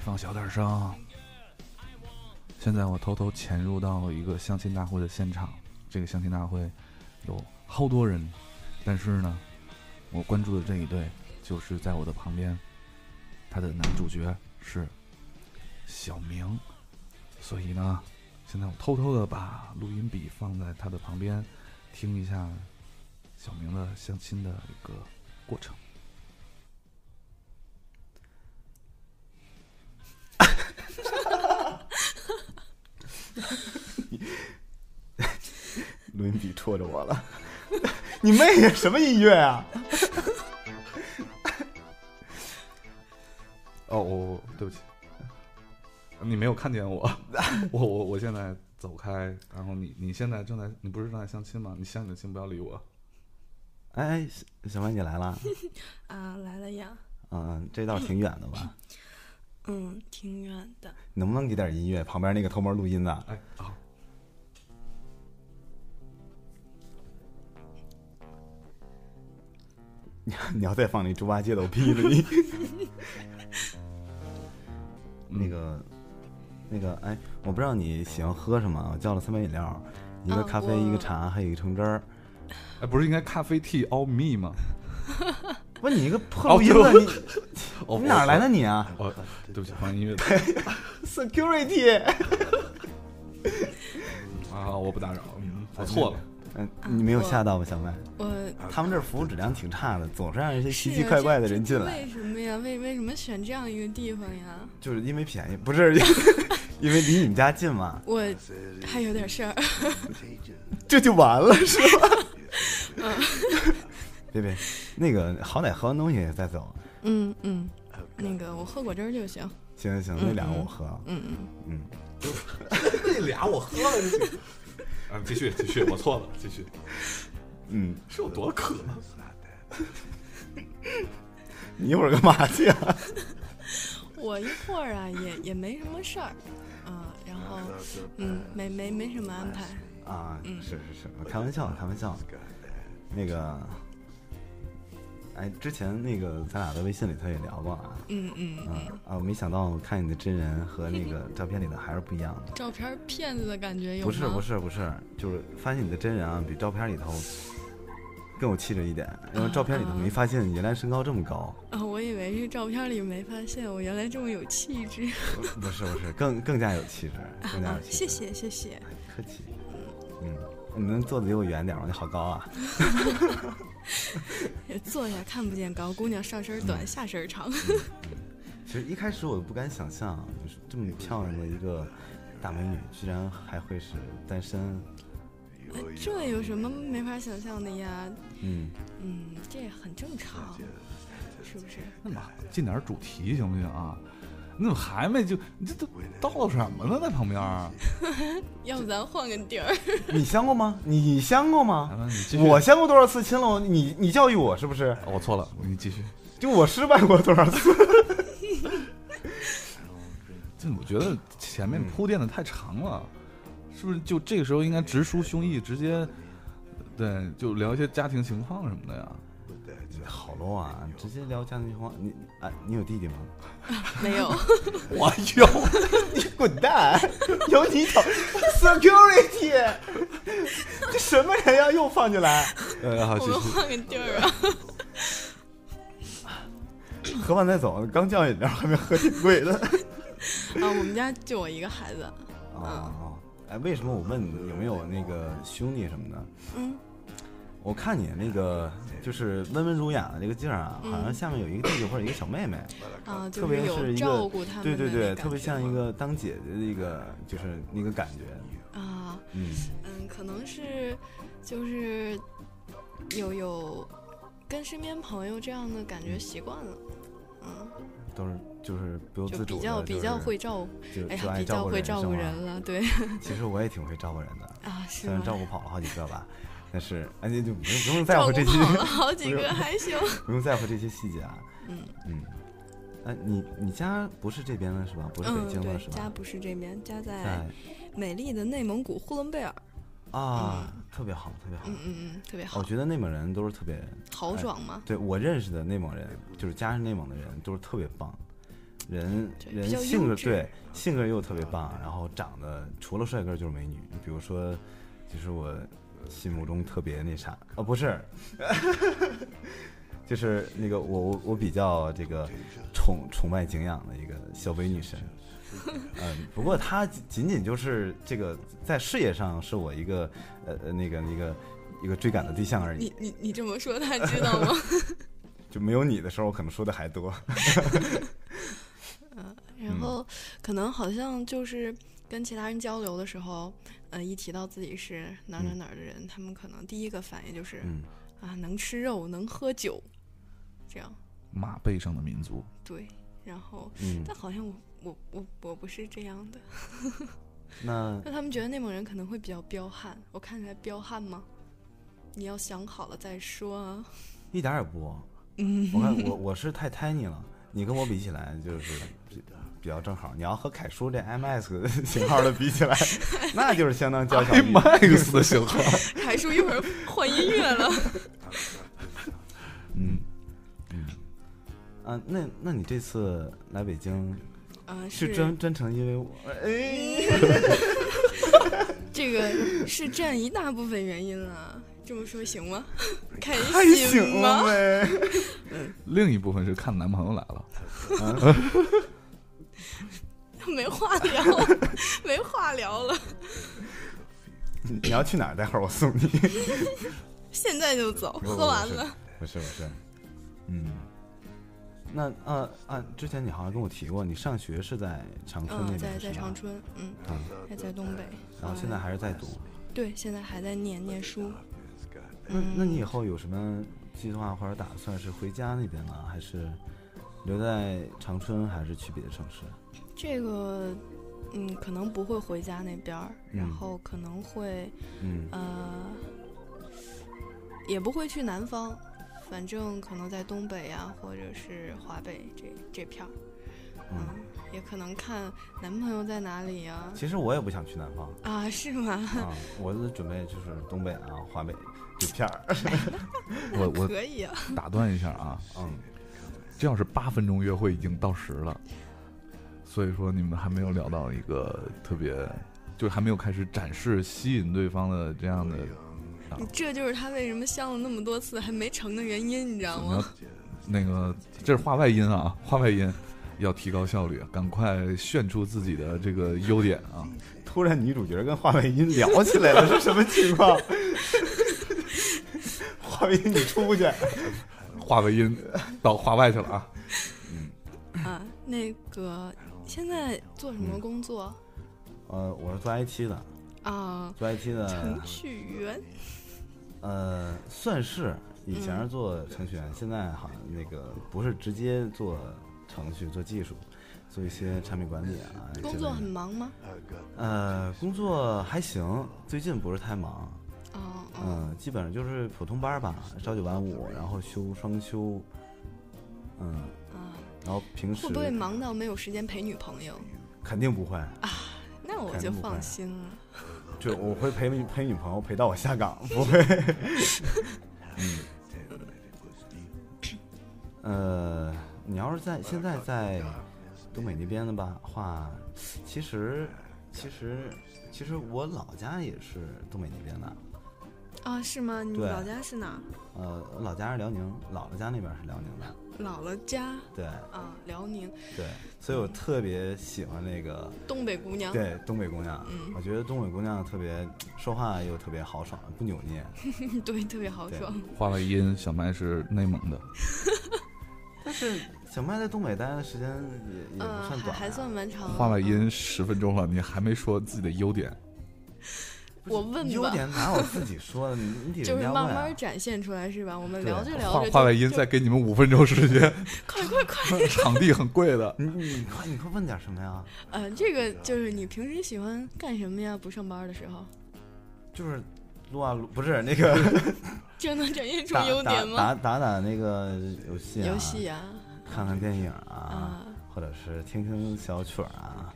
放小点声。现在我偷偷潜入到一个相亲大会的现场，这个相亲大会有好多人，但是呢，我关注的这一对就是在我的旁边，他的男主角是小明，所以呢，现在我偷偷的把录音笔放在他的旁边，听一下小明的相亲的一个过程。录音笔戳着我了， 你妹呀！什么音乐啊？哦，我我对不起，你没有看见 我，我我我现在走开，然后你你现在正在，你不是正在相亲吗？你相你的亲，不要理我。哎，小麦你来了，啊，来了呀，嗯，这道挺远的吧？嗯，挺远的，能不能给点音乐？旁边那个偷摸录音的、 哎，好，你要再放那猪八戒的，我毙了 你！那个，那个，哎，我不知道你喜欢喝什么，我叫了三杯饮料，一个啊咖啡，我一个茶，还有一个橙汁儿。哎，不是应该咖啡 tea all me 吗？不是你一个破录音的，你哦你哪儿来的？你啊我我对不起，放音乐？Security，啊，我不打扰，嗯我错了。嗯，你没有吓到吧，小麦？我他们这儿服务质量挺差的，啊总是啊让一些奇奇怪怪的人进来，为什么呀？为为什么选这样一个地方呀？就是因为便宜，不是 因为离你们家近嘛，我还有点事儿， 这就完了是吧？ 别别，那个好歹喝完东西再走。嗯嗯，那个我喝果汁儿就行，行行，那俩我喝。嗯嗯，嗯， 这俩我喝了就行。 啊，继续继续，我错了，继续。嗯， 是有多渴？你一会儿干嘛去 啊？我一会儿啊也也没什么事儿，啊，然后嗯没没没什么安排，啊，是是是，我开玩笑，开玩笑。那个，哎，之前那个咱俩在微信里头也聊过啊。嗯嗯，嗯啊，我没想到我看你的真人和那个照片里的还是不一样的。照片骗子的感觉有吗？不是不是，是不是，就是发现你的真人啊，比照片里头更有气质一点，因为照片里头没发现你原来身高这么高。啊，我以为是照片里没发现我原来这么有气质，不是不是，更更加有气质，更加啊有，气质。谢谢谢谢，哎，客气。嗯，你能坐的离我远点吗？你好高啊！坐下看不见高，姑娘上身嗯短下身长，其实一开始我都不敢想象，就是这么漂亮的一个大美女，居然还会是单身。啊哎这有什么没法想象的呀？嗯，嗯，这很正常，是不是？ 那么进点主题行不行啊？你怎么还没就你这都叨叨什么呢？在旁边 儿，啊要不咱换个地儿？ 你相过吗？你你相过来吗？吧，你继续。哦我相过多少次亲了？你你教育我是不是？我错了，你继续。就我失败过多少次？这我觉得前面铺垫的太长了，是不是？就这个时候应该直抒胸臆，直接对，就聊一些家庭情况什么的呀。好 low 啊！直接聊家庭情况。你啊，你有弟弟吗？没有，我有，你 滚蛋！有你找 security，这什么人呀？又放进来？呃，好，我继们续。换个地儿啊！喝完再走，刚叫饮料还没喝，挺贵的。啊，我们家就我一个孩子， 哦，哎，为什么我问你有没有那个兄弟什么的？嗯，我看你那个就是温文儒雅的这个劲儿啊，好像下面有一个弟弟或者一个小妹妹，啊，特就别是有一照个顾嗯他们，对对对，特别像一个当姐姐的一个就是那个感觉。啊，嗯，嗯，可能是就是有有跟身边朋友这样的感觉习惯了，嗯，都是就是不由就自比主较的，比较会，照，就哎就呀，爱比较会照顾人人是吗。了，对 其实我也挺会照顾人 的，啊，是虽然吗？照顾跑了好几个吧，但是哎，你就不用不用在照乎顾这些， 跑了好几不是个，还行，不用在乎这些细节啊。 嗯。嗯，哎，你你家不是这边的是吧？不是北京嗯、的对是家吧？不是这边，家在在美丽的内蒙古呼伦贝尔。啊，特别好，特别好嗯。嗯嗯，特别好我，觉得内蒙人都是特别，豪爽嘛。对我认识的内蒙人，就是家是内蒙的人，都是特别棒。人对人比较性格优质对性格又特别棒，然后长得除了帅哥就是美女。比如说，就是我心目中特别那啥哦，不是， 就是那个我我我比较这个崇崇拜敬仰的一个小北女神。嗯，不过她仅仅就是这个在事业上是我一个呃呃那个那个一个追赶的对象而已。你你你这么说，他知 道吗？就没有你的时候，我可能说的还多。然嗯后可能好像就是跟其他人交流的时候，呃，一提到自己是哪儿哪儿哪儿的人，他们可能第一个反应就是、嗯，啊，能吃肉，能喝酒，这样 马背上的民 族，对。然后， 嗯但好像我我我我不是这样的，那那他们觉得内蒙人可能会比较彪悍，我看起来彪悍吗？你要想好了再说 啊。一点儿也不。嗯，我看我我是太 tiny 了，你跟我比起来就是比比较正好。你要和凯叔这 MS 型号的比起 来，那就是相当哎娇小欲滴。 Max 的型号，凯叔一会儿换音乐 了，嗯嗯啊，那那你这次来北京啊，是真真诚，因为我哎，这个是占一大部分原因了。这么说行吗？开太醒了吗？呗。另一部分是看男朋友来了， 没话聊， 没话聊了， 你要去哪儿？待会儿我送你。 现在就走，喝完了。不是不是，嗯，那呃啊，之前你好像跟我提过，你上学是在长春那边，嗯，在是在吧长，春，嗯，还在东北。嗯然后现在还是在读。对，现在还在念念书。嗯那那你以后有什么计划或者打算？是回家那边吗？还是留在长春？还是去别的城市？这个，嗯，可能不会回家那边儿，然嗯后可能会，嗯呃，也不会去南方，反正可能在东北啊，或者是华北这这片儿，嗯嗯，，也可能看男朋友在哪里呀、其实我也不想去南方啊。是吗？啊，我是准备就是东北啊、华北这片儿。 我我 可以啊，打断一下啊，嗯，这要是八分钟约会已经到时了，所以说你们还没有聊到一个特别，就还没有开始展示吸引对方的这样的，你这就是他为什么相了那么多次还没成的原因，你知道你要吗？那个这是话外音啊，话外音，要提高效率，啊赶快炫出自己的这个优点啊！突然女主角跟华北音聊起来了，是什么情况？ 华北音，你出去。 话外音到话外去了啊，啊，那个现在做什么工作？呃，我是做 IT 的，啊，做 IT 的程，序员。呃，算是以前是嗯做程序员，现在好像那个不是直接做程序，做技术，做一些产品管理啊。之类的嗯工作很忙吗？呃，工作还行，最近不是太忙，哦哦，嗯、基本上就是普通班儿吧，朝九晚五，然后休双休，嗯、啊，然后平时会不会忙到没有时间陪女朋友？肯定不会，那我肯就定不会放心了。就我会陪女陪女朋友陪到我下岗，不会。嗯，呃，你要是在现在在东北那边的吧话，其实其实其实我老家也是东北那边的，啊，是吗？你对老家是哪儿？呃，我老家是辽宁，姥姥家那边是辽宁的，姥姥家对啊，辽宁对，所以我特别喜欢那个东北姑娘。对东北姑娘，我觉得东北姑娘特别说话又特别豪爽，不扭捏。 对，特别豪对爽。话外音，小麦是内蒙的，但是小麦在东北待的时间也也嗯不，算短、啊还还算蛮长的。话外音十分钟了，你还没说自己的优点，我问优吧，点哪有自己说的？你你得就人是家慢问啊慢展现出来是吧？我们聊着对聊话着就话外音再给你们五分钟时间， 快快 快！场地很贵的。你你快你快问点什么呀？呃，这个就是你平时喜欢干什么呀？不上班的时候，就是撸啊撸，不是那 个这能展现出打优打点打吗？打打那个游戏、啊，游戏呀，看看电影啊，啊或者是听听小曲儿啊，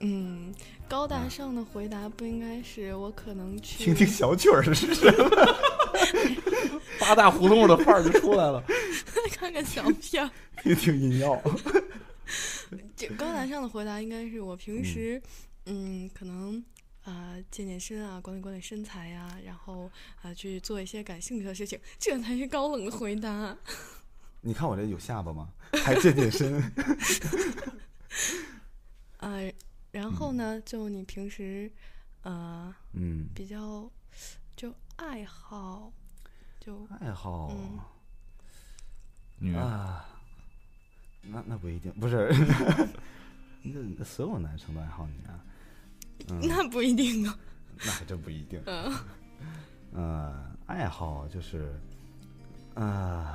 嗯，高大上的回答不应该是我可能去听 听小曲儿是什么？八大胡同 的范儿就出来了。看看小片儿。听听音乐。就高大上的回答应该是我平时，嗯，可能啊、呃健健身啊，管理管理身材呀、然后啊、去做一些感兴趣的事情，这才是高冷的回答。 你看我这有下巴吗？还健健身， 呃，然后呢，就你平时呃嗯，比较就爱好，就爱好、嗯女人啊，那那不一定，不是， 那那所有男生都爱好你啊，嗯，那不一定啊。那还真不一定。 嗯呃，爱好就是，呃，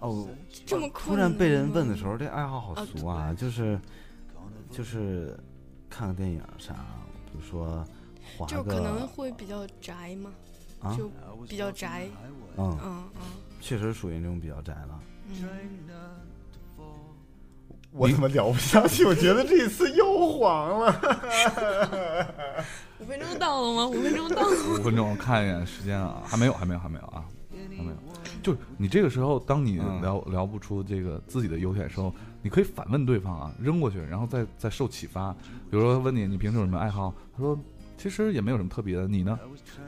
哦，这么突然被人问的时候，候，这爱好好啊俗啊，就是就是看个电影啥，比如说划就个可能会比较宅嘛，啊，就比较宅，嗯，嗯嗯。确实属于那种比较宅了。嗯，我怎么聊不下去？我觉得这一次又黄了。五分钟到了吗？五分钟到了吗。五分钟，我看一眼时间啊，还没有，还没有，还没有啊，还没有。就是你这个时候，当你嗯聊、聊不出这个自己的优点的时候，你可以反问对方啊，扔过去，然后再再受启发。比如说问你，你平时有什么爱好？他说其实也没有什么特别的，你呢？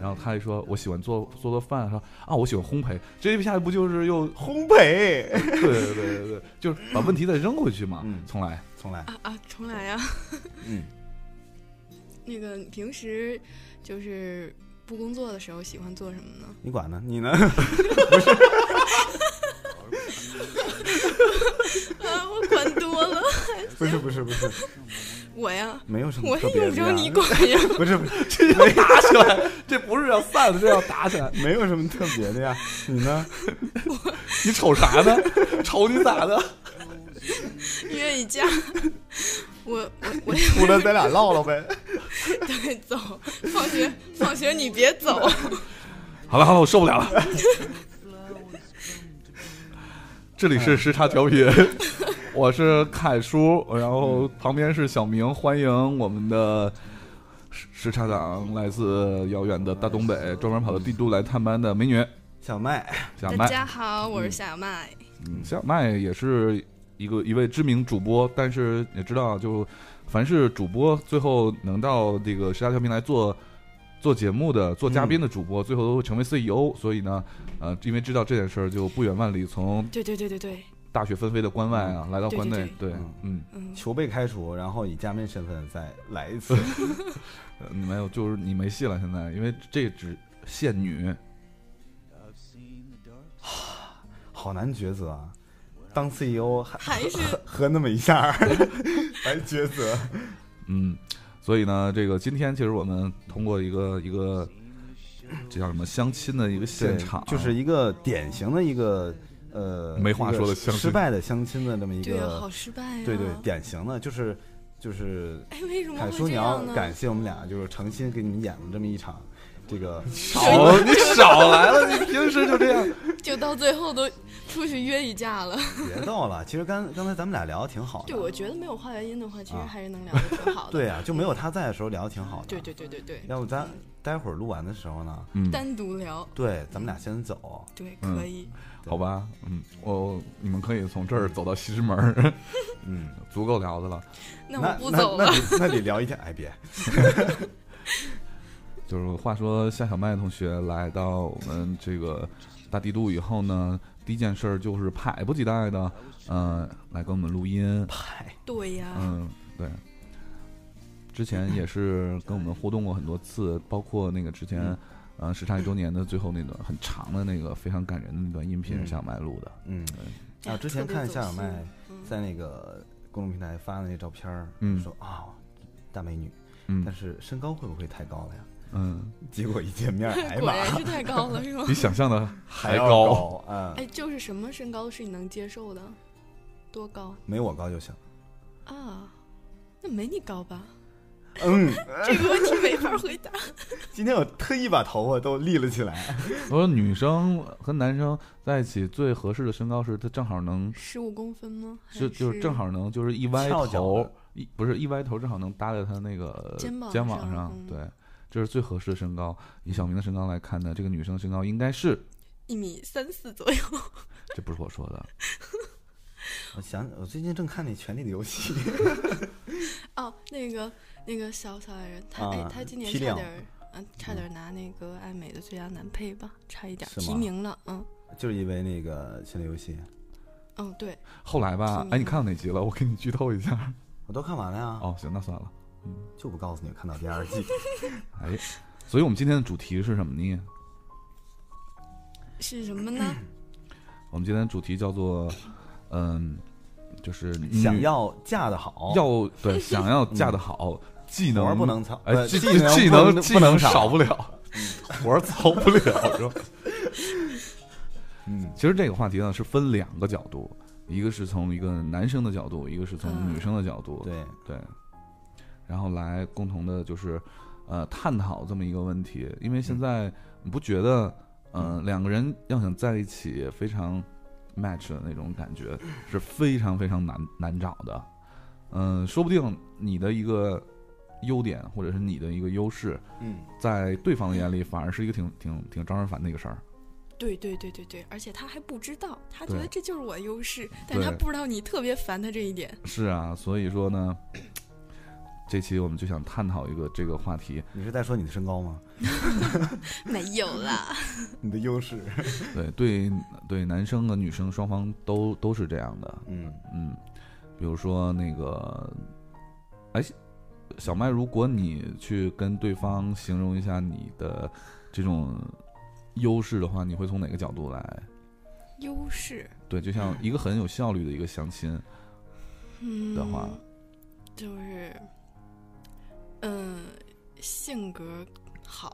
然后他一说，我喜欢做做做饭，说啊，我喜欢烘焙。这一下不就是又 烘焙， 对对对对对，就是把问题再扔回去嘛，嗯重来。 重来。 啊啊，重来啊！嗯，那个你平时就是不工作的时候喜欢做什么呢？你管呢？你呢？啊，我管多了，不是不是不是， 我呀，没有什么我嗯特也别用的不呀着你管 呀。不是不是，这要打起来，这不是要散的，这要打起来。 没有什么特别的呀。你呢？你瞅啥呢？ 瞅你咋的？愿意加，我我我出来咱俩唠唠呗。对走，放学放学你别走，好了好了，我受不了 了。这里是时差调频，我是凯叔，然后旁边是小明，欢迎我们的时时差党，来自遥远的大东北，专门跑到帝都来探班的美女小麦，小大麦。家好，我是小麦，嗯，小麦也是一个一位知名主播，但是也知道，就凡是主播最后能到这个时代调频来做做节目的、做嘉宾的主播，最后都会成为 CEO。所以呢，呃，因为知道这件事儿，就不远万里从对对对对对，大雪纷飞的关外啊，来到关内，对嗯嗯，嗯，求被开除，然后以嘉宾身份再来一次。呃没有，就是你没戏了，现在，因为这只限女，好难抉择啊！当 CEO 还还是喝那么一下 儿，还抉择。嗯，所以呢，这个今天其实我们通过一个一个。这叫什么相亲的一个现场啊，就是一个典型的一个呃没话说的一个相亲失败的相亲的这么一对啊，个好失败呀、对对典型的就是就是哎，为什么凯会叔，这你要样呢？感谢我们俩，就是诚心给你们演了这么一场这 个 少哦你少来了，你平时就这 样。就到最后都出去约一架了。别逗了。其实刚刚才咱们俩聊的挺好 对，的，我觉得没有化原因的话，其实啊还是能聊得挺好的。对啊，就没有他在的时候聊的挺好的。对对嗯对对对，要不咱待会儿录完的时候呢？嗯，单独聊，对，咱们俩先走。对，嗯可以。好吧，嗯，我你们可以从这儿走到西直门儿， 嗯，足够聊的了。那我不那走那嗯了。得那得聊一天。哎， 别，就是话说，夏小麦同学来到我们这个大帝都以后呢，第一件事儿就是迫不及待的，嗯、来跟我们录音。对呀、哎嗯，对。之前也是跟我们互动过很多次，包括那个之前嗯，呃，时差一周年的最后那段很长的那个非常感人的那段音频，嗯是小麦录的。嗯，哎呀啊，之前看夏小麦嗯在那个公众平台发的那照片儿，嗯说啊，大美女，嗯但是身高会不会太高了呀？嗯，结果一见 面儿，哎呀果妈，然是太高了，是吗？ 比想象的还还要高。高，嗯，哎，就是什么身高是你能接受的？多高没我高就行。啊？那没你 高吧？嗯，这个问题没法回答。今天我特意把头发都立了起来。我说女生和男生在一起最合适的身高是，他正好能十五公分吗？还就就是正好能就是一歪翘脚头的，一不是一歪头正好能搭在他那个肩膀肩膀上上嗯，对，这是最合适的身高。以小明的身高来看呢，这个女生身高应该是，一米三四左右。这不是我说的， 我想，我最近正看那《权力的游戏》 哦，那个那个小小矮人，他哎、啊他今年批差量点儿，嗯、差点儿拿那个艾美的最佳男配吧，差一点儿是提吗名了，嗯就是因为那个《权力游戏》，嗯，对，后来吧，哎，你看到哪集了？我给你剧透一下。我都看完了呀，哦，行，那算了。就不告诉你看到第二 季。哎，所以我们今天的主题是什么呢？是什么 呢？我们今天的主题叫做，嗯，就是女想要嫁得好， 嗯要对想要嫁得好，技活儿能不能操，哎呃技技能技不能能技不能能少不了，活儿操不了 是吧？嗯其实这个话题呢是分两个角度，一个是从一个男生的角度，一个是从嗯女生的角度，对，对，然后来共同的就是呃探讨这么一个问题，因为现在你不觉得呃两个人要想在一起非常 match 的那种感觉是非常非常难难找的，嗯、说不定你的一个优点或者是你的一个优势，嗯，在对方的眼里反而是一个挺挺挺招人烦的一个事儿，对对对对对，而且他还不知道，他觉对得这就是我的优势，但他对不知道你特别烦他这一点。 是啊，所以说呢。 这期我们就想探讨一个这个话题，你是在说你的身高吗？没有啦， 你的优势，对对对，男生和女生双方都都是这样的，嗯，嗯，比如说那个，哎，小麦，如果你去跟对方形容一下你的这种优势的话，你会从哪个角度来？ 优势，对，就像一个很有效率的一个相亲，嗯，的话就是，嗯，性格好，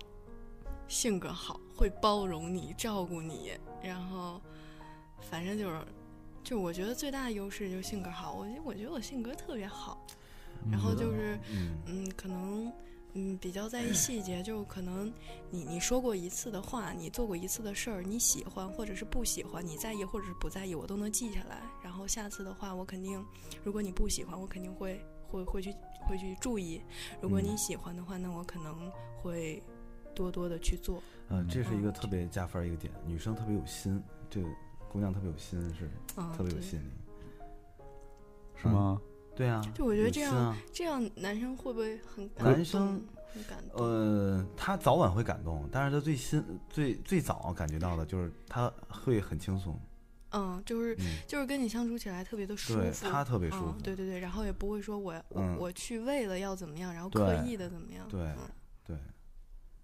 性格好，会包容你，照顾你，然后，反正就是，就我觉得最大的优势就是性格好，我我觉得我性格特别好，然后就是。嗯嗯，可能嗯比较在意细节，就可能你你说过一次的话，你做过一次的事儿，你喜欢或者是不喜欢，你在意或者是不在意，我都能记下来。然后下次的话，我肯定，如果你不喜欢，我肯定会会会去会去注意；如果你嗯喜欢的话，那我可能会多多的去做。嗯，这是一个特别加分儿一个点，女生特别有心，这个姑娘特别有心，是嗯，特别有对吸引力。是吗？对啊，就我觉得有这心样啊这样男生会不会很感男生动很感动？呃，他早晚会感动，但是他最新最最早感觉到的就是他会很轻松，嗯，就是嗯，就是跟你相处起来特别的舒对服，他特别舒嗯服，，哦对对对，然后也不会说我我、嗯我去为了要怎么样，然后刻对意的怎么样，对嗯对，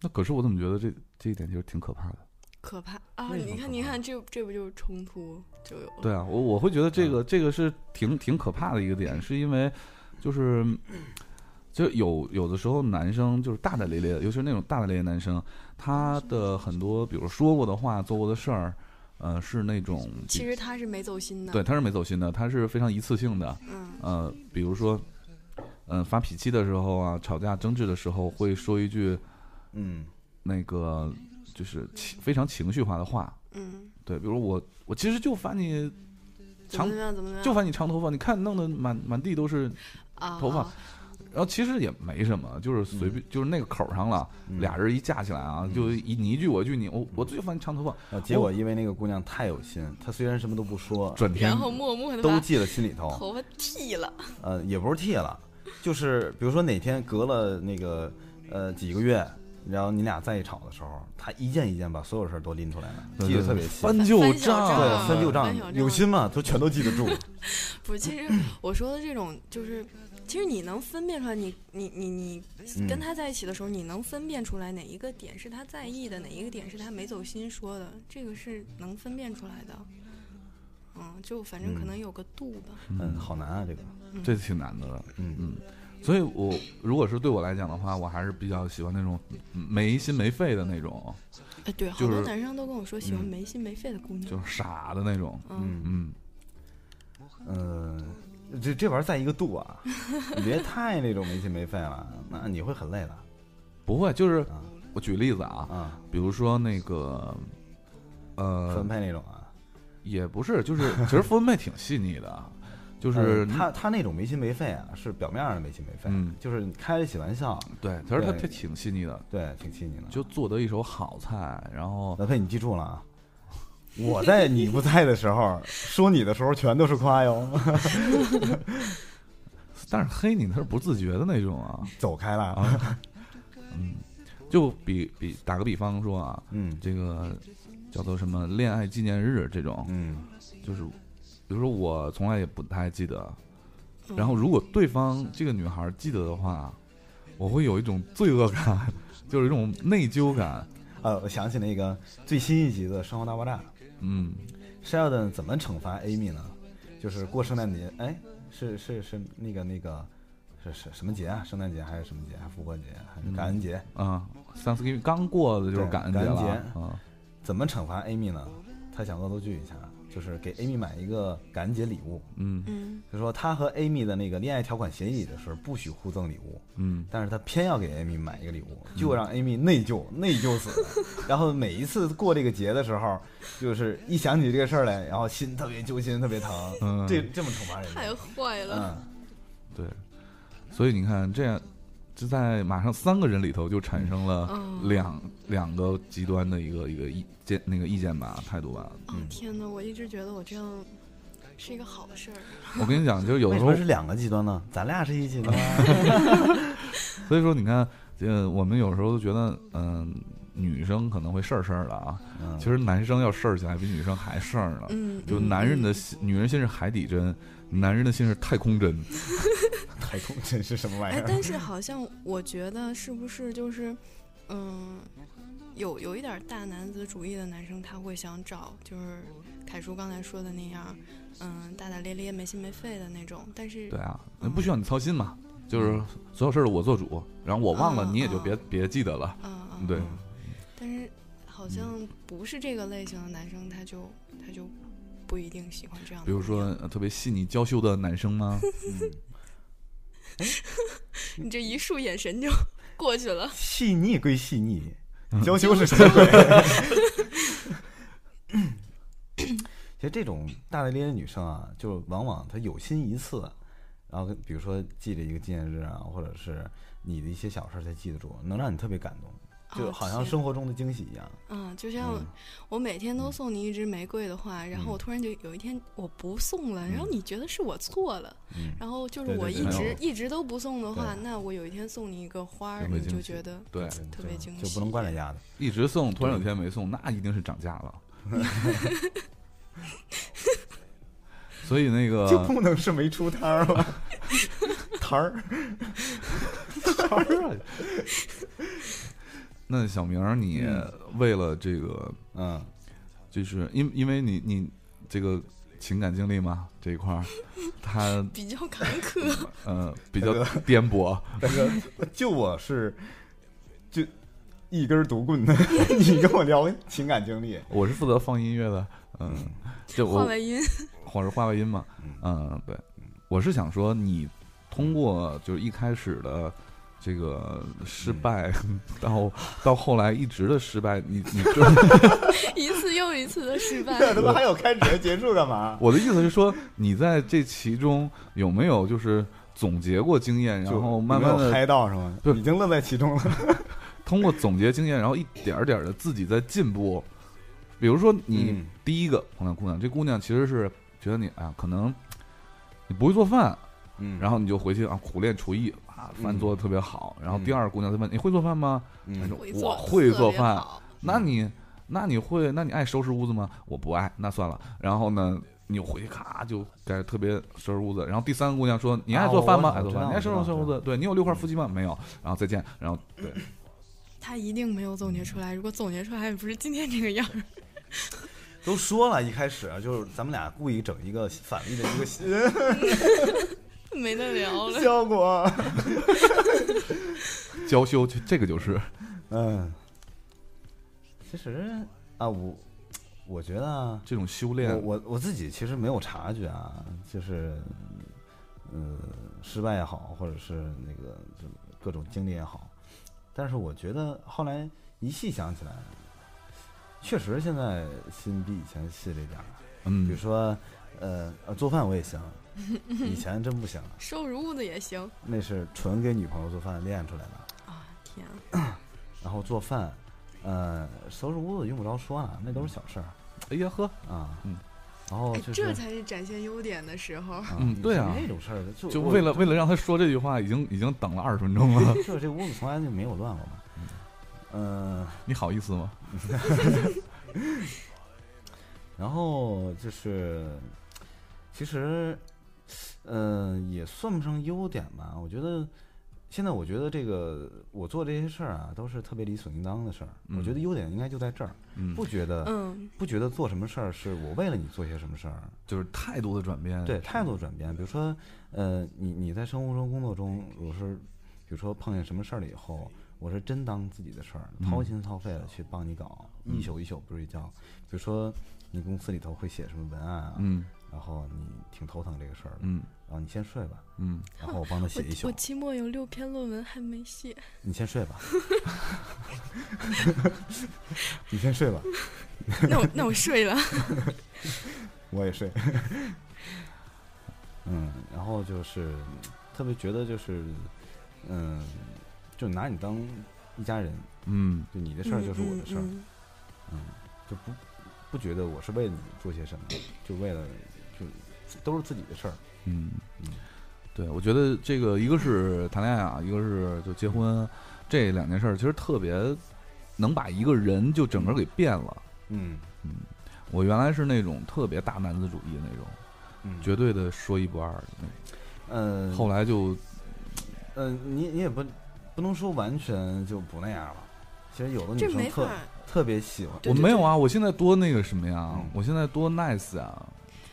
那可是我怎么觉得这这一点就是挺可怕的？可怕啊！为什你么看可你怕看，这这不就是冲突就有了？对啊，我我会觉得这个这个是挺挺可怕的一个点，是因为就是就有有的时候男生就是大大咧咧的，尤其是那种大大咧咧的男生，他的很多比如说过的话、做过的事儿，呃，是那种比其实他是没走心的，对，他是没走心的，他是非常一次性的，嗯，呃，比如说。嗯，发脾气的时候啊，吵架争执的时候，会说一句嗯，那个就是情非常情绪化的话，嗯对，比如我我其实就烦你怎么长怎么样怎么嗯样，就烦你长头发，你看弄得满满地都是，啊头发啊然后其实也没什么，就是随便，就是那个口儿上了，嗯俩人一架起来啊，嗯就一你一句我一句你，我我最烦你长头发，啊结果因为那个姑娘太有心，她虽然什么都不说，转天然后默默的都把记在心里头，头发剃 了，呃，也不是剃了，就是比如说哪天隔了那个呃几个月。然后你俩再一吵的时候，她一件一件把所有事儿都拎出来了，对记得对特别清。翻旧翻小账，账对，翻旧翻小账，账哦有心嘛，都全都记得住。不是，其实我说的这种就是，其实你能分辨出来你，你你你跟嗯他在一起的时候，你能分辨出来哪一个点是他在意的，哪一个点是他没走心说的，这个是能分辨出来的。嗯，就反正可嗯能有个度吧。嗯，好难啊，这个。这挺难的。嗯所以我如果是对我来讲的话，我还是比较喜欢那种没心没肺的那种，哎，对，好就多是男生都跟我说喜欢嗯没心没肺的姑娘。就是傻的那种，嗯，嗯嗯，嗯，这这玩意儿在一个度啊，你别太那种没心没肺了，那你会很累的不会，就是啊我举例子啊，啊，比如说那个，呃分，配那种啊，也不是，就是其实分配挺细腻的，啊 就是嗯他他那种没心没肺啊，是表面上的没心没肺嗯，就是你开得起玩笑，对，其实他对他挺细腻的，对，挺气你的。就做得一手好菜，然后老佩，你记住了啊，我在你不在的时候说你的时候，全都是夸哟。但是黑你他是不自觉的那种啊走开了，啊，嗯，就比比打个比方说啊，嗯这个叫做什么恋爱纪念日这种，嗯就是比如说我从来也不太记得，嗯然后如果对方这个女孩记得的话，我会有一种罪恶感，就是一种内疚感，呃，我想起那个最新一集的《生活大爆炸嗯，》 ，Sheldon 怎么惩罚 Amy 呢？就是过圣诞节，哎，是是是那个那个是是什么节啊？圣诞节还是什么节？还是复活节还是感恩节？啊，Thanksgiving 刚过的就是对感恩节感了恩节啊，怎么惩罚 Amy 呢？他想恶作剧一下，就是给 Amy 买一个感恩节礼物。嗯嗯就说他和 Amy 的那个恋爱条款协议里的时候不许互赠礼物，嗯但是他偏要给 Amy 买一个礼物，就让 Amy 内疚，内疚死了。然后每一次过这个节的时候，就是一想起这个事儿来，然后心特别揪心，特别疼。嗯，这这么惩罚人 太家，坏了，嗯，对，所以你看，这样就在马上三个人里头就产生了嗯，两、两个极端的一个一个意见那个意见吧态度吧。哦天哪，我一直觉得我这样是一个好事儿，我跟你讲，就是有为的时什候么是，两个极端呢？咱俩是一极端。所以说你看，呃，我们有时候都觉得，嗯、女生可能会事儿事儿的啊，嗯其实男生要事儿起来比女生还事儿呢。嗯，就嗯男人的嗯心，女人心是海底针，男人的心是太空针。太空真是什么玩意哎，儿？但是好像我觉得是不是就是，嗯，有有一点儿大男子主义的男生，他会想找就是凯叔刚才说的那样，嗯，大大咧咧、没心没肺的那种。但是对啊，那不需要你操心嘛，嗯就是所有事儿我做主，然后我忘了嗯你也就嗯别别记得了。嗯嗯，对嗯但是好像不是这个类型的男生，他就他就不一定喜欢这样的比如女生。说呃特别细腻娇羞的男生吗？嗯你这一束眼神就过去了，细腻归细腻，娇羞是什么鬼？其实这种大大咧咧的女生啊，就往往她有心一次，然后跟比如说记着一个纪念日啊，或者是你的一些小事儿，她记得住，能让你特别感动，就啊好像天生活中的惊喜一样。嗯，就像嗯，我每天都送你一支玫瑰的话，然嗯后我突然就有一天我不送了，然后你觉得是我错了，嗯然后就是对对我对一没直有一直都不送的话，对那我有一天送你一个花儿，就会你就惊喜觉得对，特别惊喜就不能惯着丫的。一直送，突然有一天没送，那一定是涨价了。所以那就 个不能是没出摊儿 吗？摊儿，那小明儿，你嗯为了这个，嗯，就是因因为你你这个情感经历嘛这一块儿，他比较坎坷。呃比较颠簸，大哥，就我是就一根独棍的， 你跟我聊情感经历， 我是负责放音乐的，嗯，就换我外音，或者画外音嘛，嗯，对，我是想说，你通过就是一开始的这个失嗯败，到到后来一直的失败，你你就一次又一次的失败。这他妈还有开始和结束干嘛？我的意思是说，你在这其中有没有就是总结过经验，然后慢慢就没有的嗨到是吗？对已经乐在其中了。通过总结经验，然后一点儿点儿的自己在进步。比如说，你嗯第一个碰到姑娘，这姑娘其实是觉得你啊，可能你不会做饭，嗯然后你就回去啊苦练厨艺啊，饭做的特别好。然后第二个姑娘再问你会做饭吗？她说会我做会特做别饭。好嗯那你那你会那你爱收拾屋子吗？我不爱，那算了。然后呢，你又回去咔就开始特别收拾屋子。然后第三个姑娘说你爱做饭吗？啊爱我做知道饭。你爱收拾我收知拾道屋我知子？对你有六块腹肌吗？没有。然后再见。然后对，他一定没有总结出来，如果总结出来，也不是今天这个样儿。都说了一开始啊就是咱们俩故意整一个反例的一个没得聊 了。效果。娇羞就这个就是嗯，其实啊，我我觉得啊这种修我炼。我我自己其实没有察觉啊，就是呃失败也好，或者是那个就各种经历也好，但是我觉得后来一细想起来，确实现在心比以前细了一点儿。比如嗯，说，呃，呃做饭我也行，以前真不行，收拾屋子也行那是纯给女朋友做饭练出来的。啊！天啊，然后做饭，呃，收拾屋子用不着说了，那都是小事儿。哎呀呵，啊，嗯，然后哎就，是这才是展现优点的时候。嗯对啊那种事儿就就我为了为了让他说这句话，已经已经等了二十分 钟了，就是这屋子从来就没有乱过嘛，嗯。你好意思吗？然后就是，其实，呃，也算不上优点吧。我觉得现在，我觉得这个我做这些事儿啊，都是特别理所应当的事儿。我觉得优点应该就在这儿，嗯，不觉得、嗯，不觉得做什么事儿是我为了你做些什么事儿。就是态度的转变，对，态度转变，比如说，呃，你你在生活中、工作中，我是，比如说碰见什么事儿了以后，我是真当自己的事儿，掏嗯心掏肺的去帮你搞，嗯一宿一宿不睡觉。比如说，你公司里头会写什么文案啊，嗯然后你挺头疼这个事儿的，嗯然后你先睡吧，嗯，然后我帮他写一我宿我，期末有六篇论文还 没写，你先睡吧，你先睡吧，那我那我睡了。我也睡。 嗯，然后就是嗯特别觉得就是，嗯，就拿你当一家人，嗯就你的事儿就是我的事儿，嗯嗯嗯，就不不觉得我是为了你做些什么，就为了就都是自己的事儿，嗯嗯，对，我觉得这个一个是谈恋爱啊，一个是就结婚，这两件事儿其实特别能把一个人就整个给变了。嗯我原来是那种特别大男子主义的那种，嗯，绝对的说一不二的那种。嗯，后来就嗯，你你也不不能说完全就不那样了。其实有的女这生没法特儿，特别喜欢，对我没有啊，我现在多那个什么呀嗯，我现在多 nice 啊，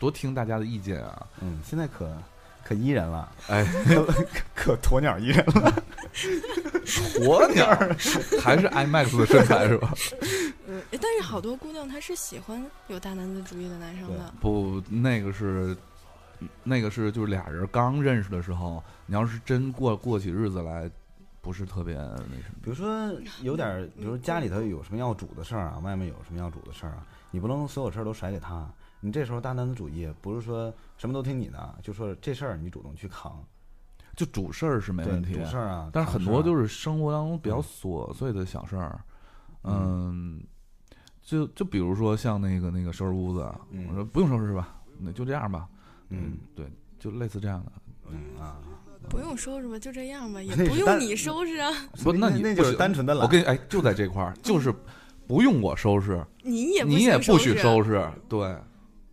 多听大家的意见 啊。嗯，现在可可依人了，哎， 可鸵鸟依人了。鸵鸟儿还是 IMAX 的身材是吧？嗯，诶但是好多姑娘她是喜欢有大男子主义的男生的。不，那个是，那个是，就是俩人刚认识的时候，你要是真过过起日子来，不是特别那什么。比如说有点嗯儿，比如说家里头有什么要主的事儿啊，外面有什么要主的事儿啊，你不能所有事儿都甩给他。你这时候大男子主义不是说什么都听你的，就说这事儿你主动去扛，就主事儿是没对问，题主，事儿嗯啊。但是很多是就是生活当中比较琐碎的小事儿，嗯，就就比如说像那个那个收拾屋子，啊嗯我说不用收拾吧，那就这样吧，嗯，对，就类似这样的。嗯啊，不用收拾吧，就这 样吧，也那不是用单你收拾啊，不，那你那不就是单纯的我懒。跟你哎，就在这块儿，就是不用我收拾，你也你也不许许收拾，对。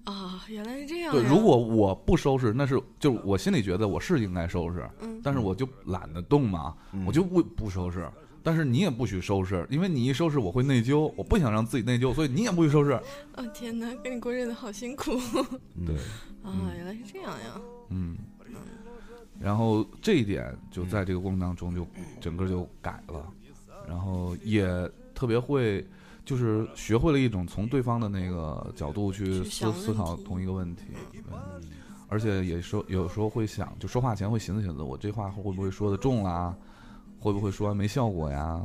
啊。原来是这样呀。对，如果我不收拾，那是就是我心里觉得我是应该收拾，嗯，但是我就懒得动嘛，嗯我就不不收拾。但是你也不许收拾，因为你一收拾我会内疚，我不想让自己内疚，所以你也不许收拾。哦天哪，跟你过日子好辛苦 对，啊！原来是这样呀。嗯，然后这一点就在这个过程当中就整个就改了，然后也特别会，就是学会了一种从对方的那个角度去思去想思考问题同一个问题。对而且也说有时候会想，就说话前会寻思寻思，我这话会不会说的重啦？会不会说完没效果呀？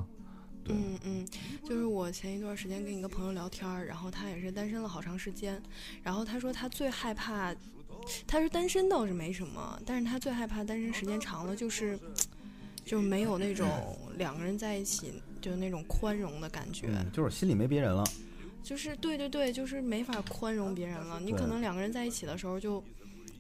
对，嗯嗯，就是我前一段时间跟一个朋友聊天儿，然后他也是单身了好长时间，然后他说他最害怕，他是单身倒是没什么，但是他最害怕单身时间长了就是，就没有 那种两个人在一起就那种宽容的感觉，嗯，就是心里没别人了。就是对对对，就是没法宽容别人了。你可对能两个人在一起的时候就，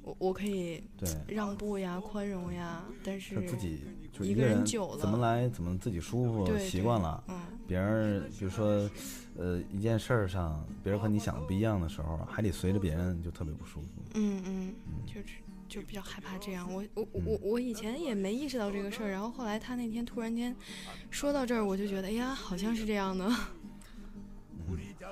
我我可以对，让步呀、宽容呀，但是就自己就一个个人人久怎么了来怎么自己舒服对习对惯了。嗯别人比如说，呃，一件事儿上，别人和你想的不一样的时候，还得随着别人就特别不舒服。嗯嗯，就是就比较害怕这样。我我我我我以前也没意识到这个事儿，然后后来他那天突然间说到这儿，我就觉得哎呀，好像是这样的。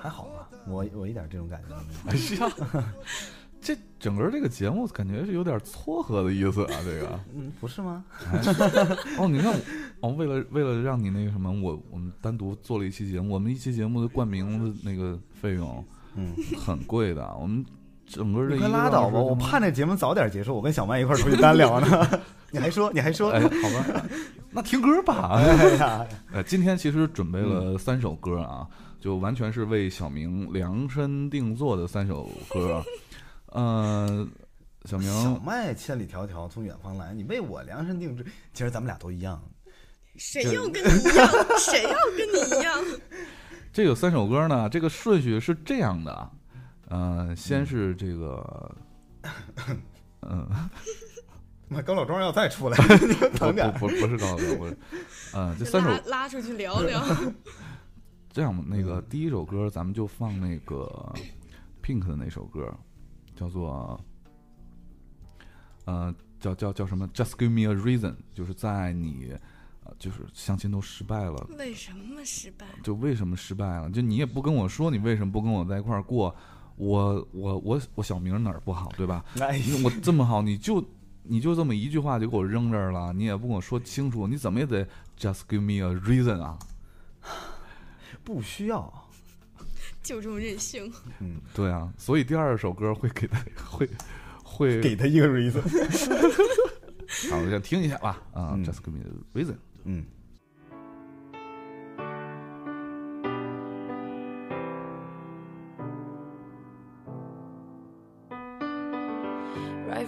还好吧，我我一点这种感觉都没有。哎呀， 这整个这个节目感觉是有点撮合的意思啊，这 个。嗯，不是吗？哦，你看，哦，为了为了让你那个什么，我我们单独做了一期节目，我们一期节目的冠名的那个费用嗯，很贵的，我们整个这你一快个拉多倒小时吧，我就能盼着节目早点结束，我跟小曼一块儿出去单聊呢。 你还说，你还 说，哎，好吧， 那听歌吧。哎呀，呃，今天其实准备嗯了三首歌啊，就完全是为小明量身定做的三首歌。啊呃，小小明，麦千里迢迢从远方来，你为我量身定制。其实咱们俩都一样，谁对要跟你一样？谁要跟你一样？这有三首歌呢，这个顺序是这样的啊，呃，嗯先是这 个，嗯，那高老庄要再出来，不疼点不不不是高老庄，不是，呃，这三首拉拉出去聊聊。这样吧，那个第一首歌咱们就放那个 Pink 的那首歌，叫做呃叫叫叫什么？Just give me a reason，就是在你呃就是相亲都失败了，为什么失败？就为什么失败了？就你也不跟我说你为什么不跟我在一块儿过，我我我我小名哪儿不好，对吧？ 哎，你我这么好，你就你就这么一句话就给我扔这儿了，你也不跟我说清楚，你怎么也得 just give me a reason 啊？不需要，就这么任性，嗯，对啊，所以第二首歌会给他 会会给他一个 reason，好，我先听一下吧。啊、嗯 j u s t give me a reason。 嗯， Right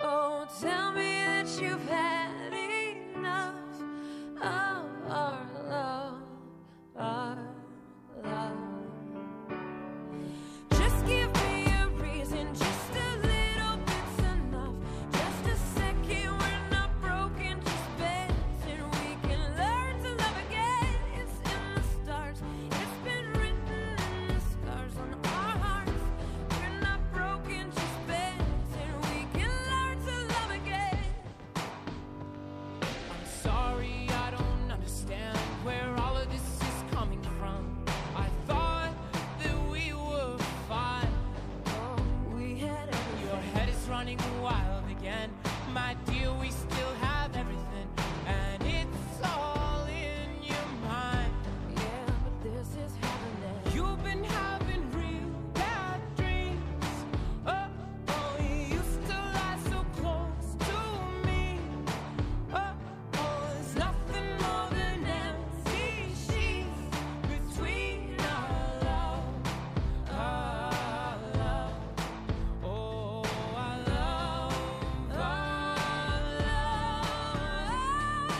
oh, tell me that you've had enough of our love, our love. Just give me a reason, just a little bit's enough. Just a second, we're not broken, just bending. We can learn to love again. It's in the stars, it's been written in the stars on our hearts. We're not broken, just bending. We can learn to love again. I'm sorry, I don't understand where all of this is coming from. I thought that we were fine. Oh, we had everything. Your head is running wild again. My dear, we still have everything. And it's all in your mind. Yeah, but this is heaven. You've been having real bad dreams. Oh, oh, you used to lie so close to me. Oh, oh, there's nothing more than empty sheets between our love, our love. Oh, our love, our love.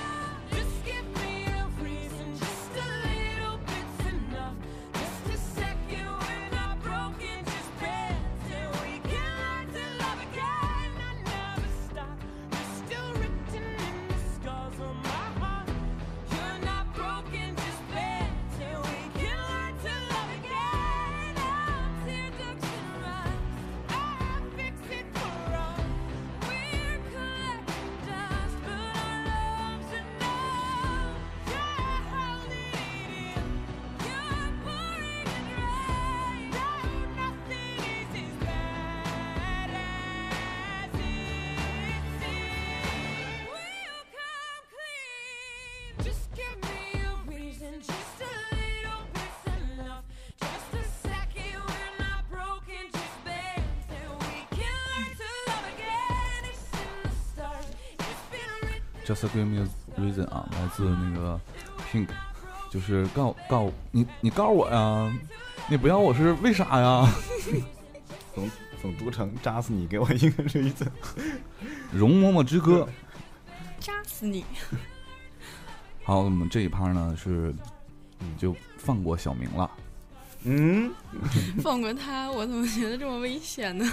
Just give me a reason, just a little bit's enough. Just a second, we're not broken, just bending. We can learn to love again. I never stop. You're still written in the scars on my heart. You're not broken, just bending. We can learn to love again. Our teardrops and rhymes, I fix it for us. We're collecting dust, but our love's enough. You're holding it in, you're pouring it rain. Oh, nothing is as bad as it seems. We'll come clean. Just give me a reason, just a little bit's enough. Just a second, we're not broken, just bends, and we can learn to love again. It's in the stars, it's been written. Just give me a reason 啊，来自那个 Pink，就是告告你你告我呀，你不要我是为啥呀？总总读成扎死你，给我一个 reason，容嬷嬷之歌。扎死你！好，我们这一趴呢是就放过小明了。嗯，放过他，我怎么觉得这么危险呢？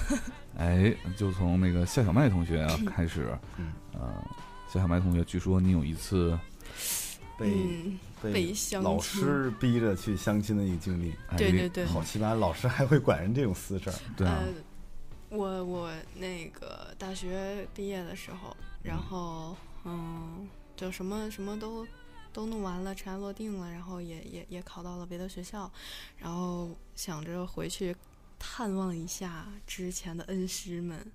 哎，就从那个夏小麦同学啊开始嗯，呃，夏小麦同学，据说你有一次，被嗯，被被相老亲师逼着去相亲的一个经历，哎、对对对，好奇葩，老师还会管人这种私事儿，对啊，呃，我我那个大学毕业的时候，然后嗯，就什么什么都都弄完了，尘埃落定了，然后也也也考到了别的学校，然后想着回去探望一下之前的恩师们，嗯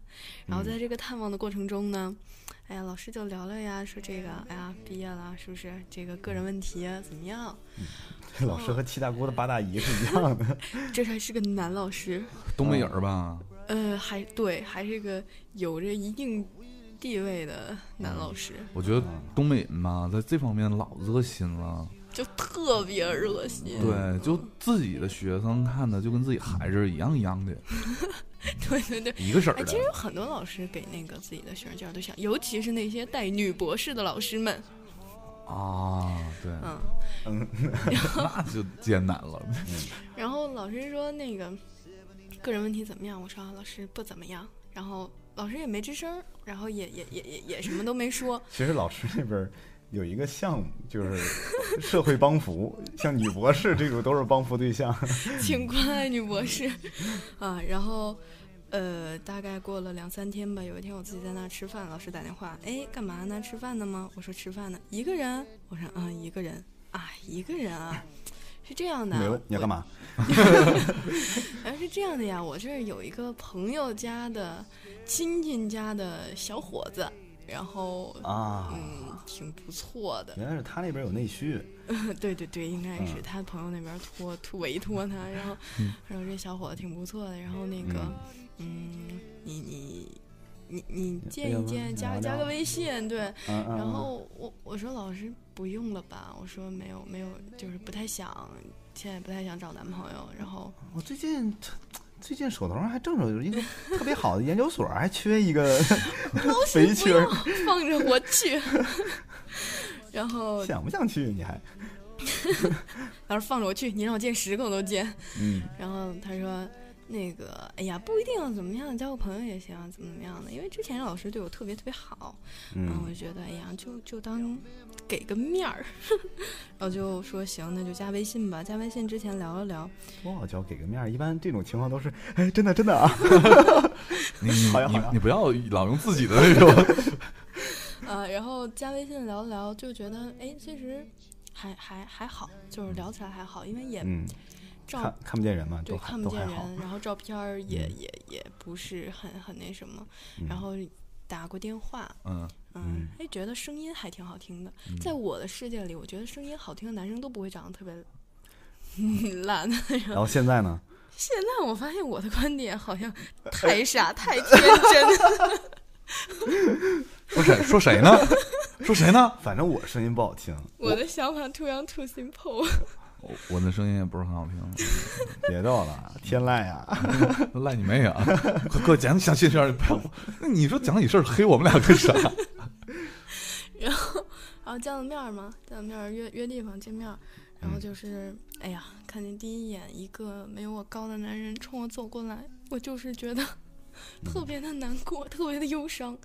然后在这个探望的过程中呢。哎呀，老师就聊聊呀，说这个，哎呀，毕业了是不是？这个个人问题啊怎么样？ 老师和七大姑的八大姨是一样的，这还是个男老师，嗯东北人儿吧，呃，还对，还是个有着一定地位的男老师，我觉得东北人嘛，在这方面老热心了，就特别热心。嗯对，就自己的学生看的就跟自己孩子一样一样的，对对对，一个色儿哎，的其实。有很多老师给那个自己的学生介绍对象，尤其是那些带女博士的老师们，啊，对，嗯，那就艰难了。然后老师说那个个人问题怎么样？我说、啊、老师不怎么样，然后老师也没吱声儿，然后也也也也也什么都没说，其实老师那边儿有一个项目，就是社会帮扶，像女博士这种都是帮扶对 象。请关爱女博士啊。然后，呃，大概过了两三天吧，有一天我自己在那儿吃饭，老师打电话，哎，干嘛呢？吃饭呢吗？我说吃饭呢，一个人。我说啊，一个人啊，一个人啊，是这样的啊没。问你要干嘛？哎，是这样的呀，我这儿有一个朋友家的亲戚家的小伙子，然后。啊，嗯，挺不错的。原来是他那边有内需，对对对，应该是嗯他朋友那边托托委托他，然后然后这小伙子挺不错的，然后那个嗯，你你你你见要一不见，加聊加聊个微信，对。嗯嗯，然后我我说老师不用了吧，我说没有没有，就是不太想，现在不太想找男朋友。然后嗯我最近最近手头上还正有一个特别好的研究所，还缺一个 肥不缺要儿，放着我去。然后想不想去？你还老师放着我去，你让我见十个我都见。嗯然后他说。那个，哎呀，不一定怎么样，交个朋友也行，怎么怎么样的？因为之前老师对我特别特别好，然后我嗯就觉得，哎呀，就就当给个面儿， 然后就说行，那就加微信吧。加微信之前聊了聊，多好教，给个面儿。一般这种情况都是，哎，真的真的啊，你好呀你好你呀你不要老用自己的那 种，呃，然后加微信聊了聊，就觉得，哎，其实还还还好，就是聊起来还好，因为也嗯，照、看看不见人嘛，对都还看不都还见好，人，然后照片儿也、嗯也也不是很很那什么，嗯然后打过电话，嗯，嗯，哎，觉得声音还挺好听的。嗯在我的世界里，我觉得声音好听的男生都不会长得特别 嗯烂。然后现在呢？现在我发现我的观点好像太傻、太天真。说谁说谁呢？说谁呢？反正我声音不好 听， 我的想法 too young too simple。我我的声音也不是很好听，别逗了，天籁啊！赖你妹啊！快快讲详细点儿，不要那你说讲你事儿黑我们俩干啥？然后，然啊后见了面儿嘛，见了面儿约约地方见面儿，然后就是，哎呀，看见第一眼一个没有我高的男人冲我走过来，我就是觉得特别的难过，特别的忧伤。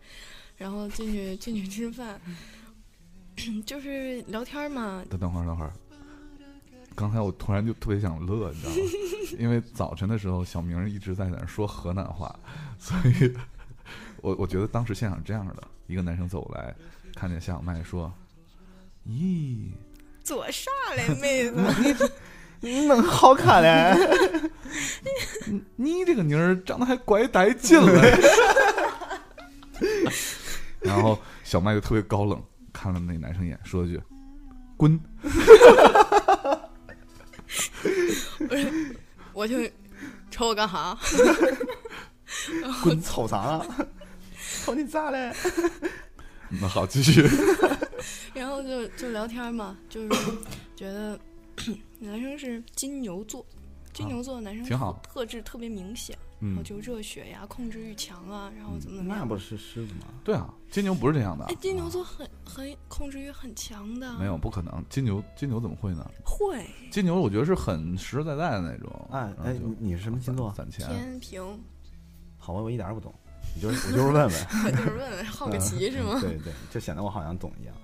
然后进去进去吃饭， 就是聊天儿嘛，等等会儿，等会儿。刚才我突然就特别想乐，你知道吗？ 因为早晨的时候，小明儿一直在那儿说河南话，所以我我觉得当时现场这样的一个男生走过来，看见夏小麦说：“咦，做啥嘞，妹子？你能好看 嘞？你这个妮儿长得还怪带劲了。” 然后小麦就特别高冷，看了那男生一眼，说了句：“滚我就瞅我干哈？滚，瞅啥 啊？瞅你咋嘞？！”那好，继续。然后就就聊天嘛，就是 觉得男生是金牛座，金牛座的男生啊挺好特特质特别明显，然后嗯，就热血呀、控制欲强啊，然后怎么怎么那样。不是狮子吗？对啊，金牛不是这样的哎，，金牛座很很控制欲很强的，没有不可能，金牛金牛怎么会呢？会金牛，我觉得是很实实在在的那种。哎哎，你你是什么星座？攒钱，天平， 好吧，我一点儿也不懂，你就是我就是问问，嗯我就是问问 好嗯个奇是吗？对对，就显得我好像懂一样。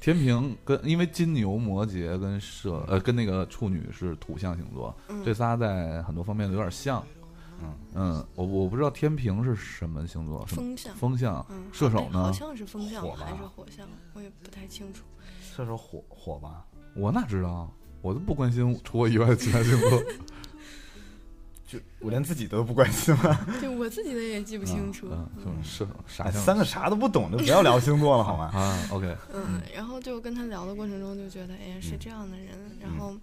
天平跟因为金牛、摩羯跟射呃跟那个处女是土象星座，嗯这仨在很多方面有点像。嗯嗯，我我不知道天平是什么星座，什么风象，风象嗯，射手哎好呢？像是风象火吧还是火象，我也不太清楚。 射手火火吧？我哪知道？我都不关心除我以外的其他星座。嗯就我连自己都不关心吗？对我自己的也记不清楚。嗯，什么射手啥哎星三座个啥都不懂，就不要聊星座了好 吗？啊？OK，嗯嗯嗯，然后就跟他聊的过程中就觉得，哎呀，是这样的人，然后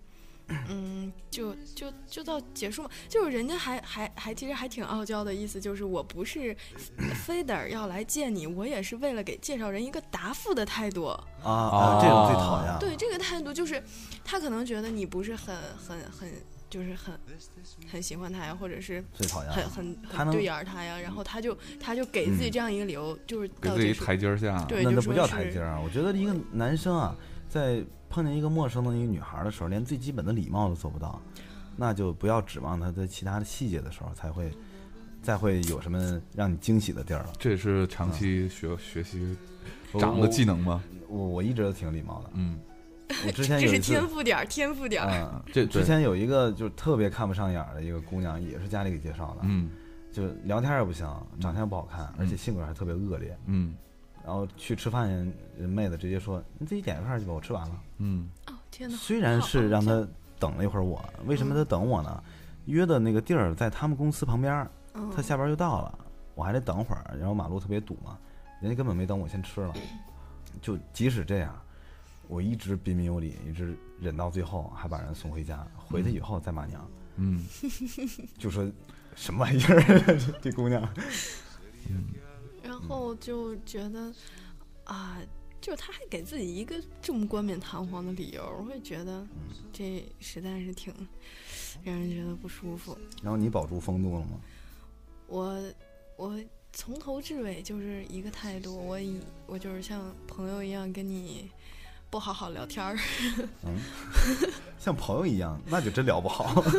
嗯，就就就到结束嘛，就是人家还还还其实还挺傲娇的意思，就是我不是非得儿要来见你，我也是为了给介绍人一个答复的态度。啊啊，这种最讨厌了。对这个态度，就是他可能觉得你不是很很很，就是很很喜欢他呀，或者是最讨厌很了。很啊他很能嗯对眼儿他呀，然后他就他就给自己这样一个理由，就是给到自己结束台阶儿下。对，那就那不说叫是台阶儿啊！我觉得一个男生啊，在碰见一个陌生的一个女孩的时候，连最基本的礼貌都做不到，那就不要指望他在其他的细节的时候才会，再会有什么让你惊喜的地儿了。这也是长期学学习我长的技能吗？我我一直都挺礼貌 的。嗯，我之前这有是一次天赋点儿，天赋点儿。啊，这之对前有一个就是特别看不上眼儿的一个姑娘，也是家里给介绍的，嗯就是聊天也不行，长相也不好看，而且嗯性格还特别恶劣。嗯然后去吃饭，人人妹子直接说：“你自己点一份儿去吧，我吃完了。”嗯，哦天哪！虽然是让他等了一会儿我，为嗯什么他等我呢？约的那个地儿在他们公司旁边儿，嗯他下班就到了，我还得等会儿，然后马路特别堵嘛，人家根本没等我先吃了。就即使这样，我一直彬彬有礼，一直忍到最后，还把人送回家。回去以后再骂娘，嗯，就说什么玩意儿， 这姑娘。然后就觉得啊，就是他还给自己一个这么冠冕堂皇的理由，我会觉得这实在是挺让人觉得不舒服。然后你保住风度了吗？我我从头至尾就是一个态度，我以我就是像朋友一样跟你不好好聊天儿，嗯，像朋友一样，那就真聊不好。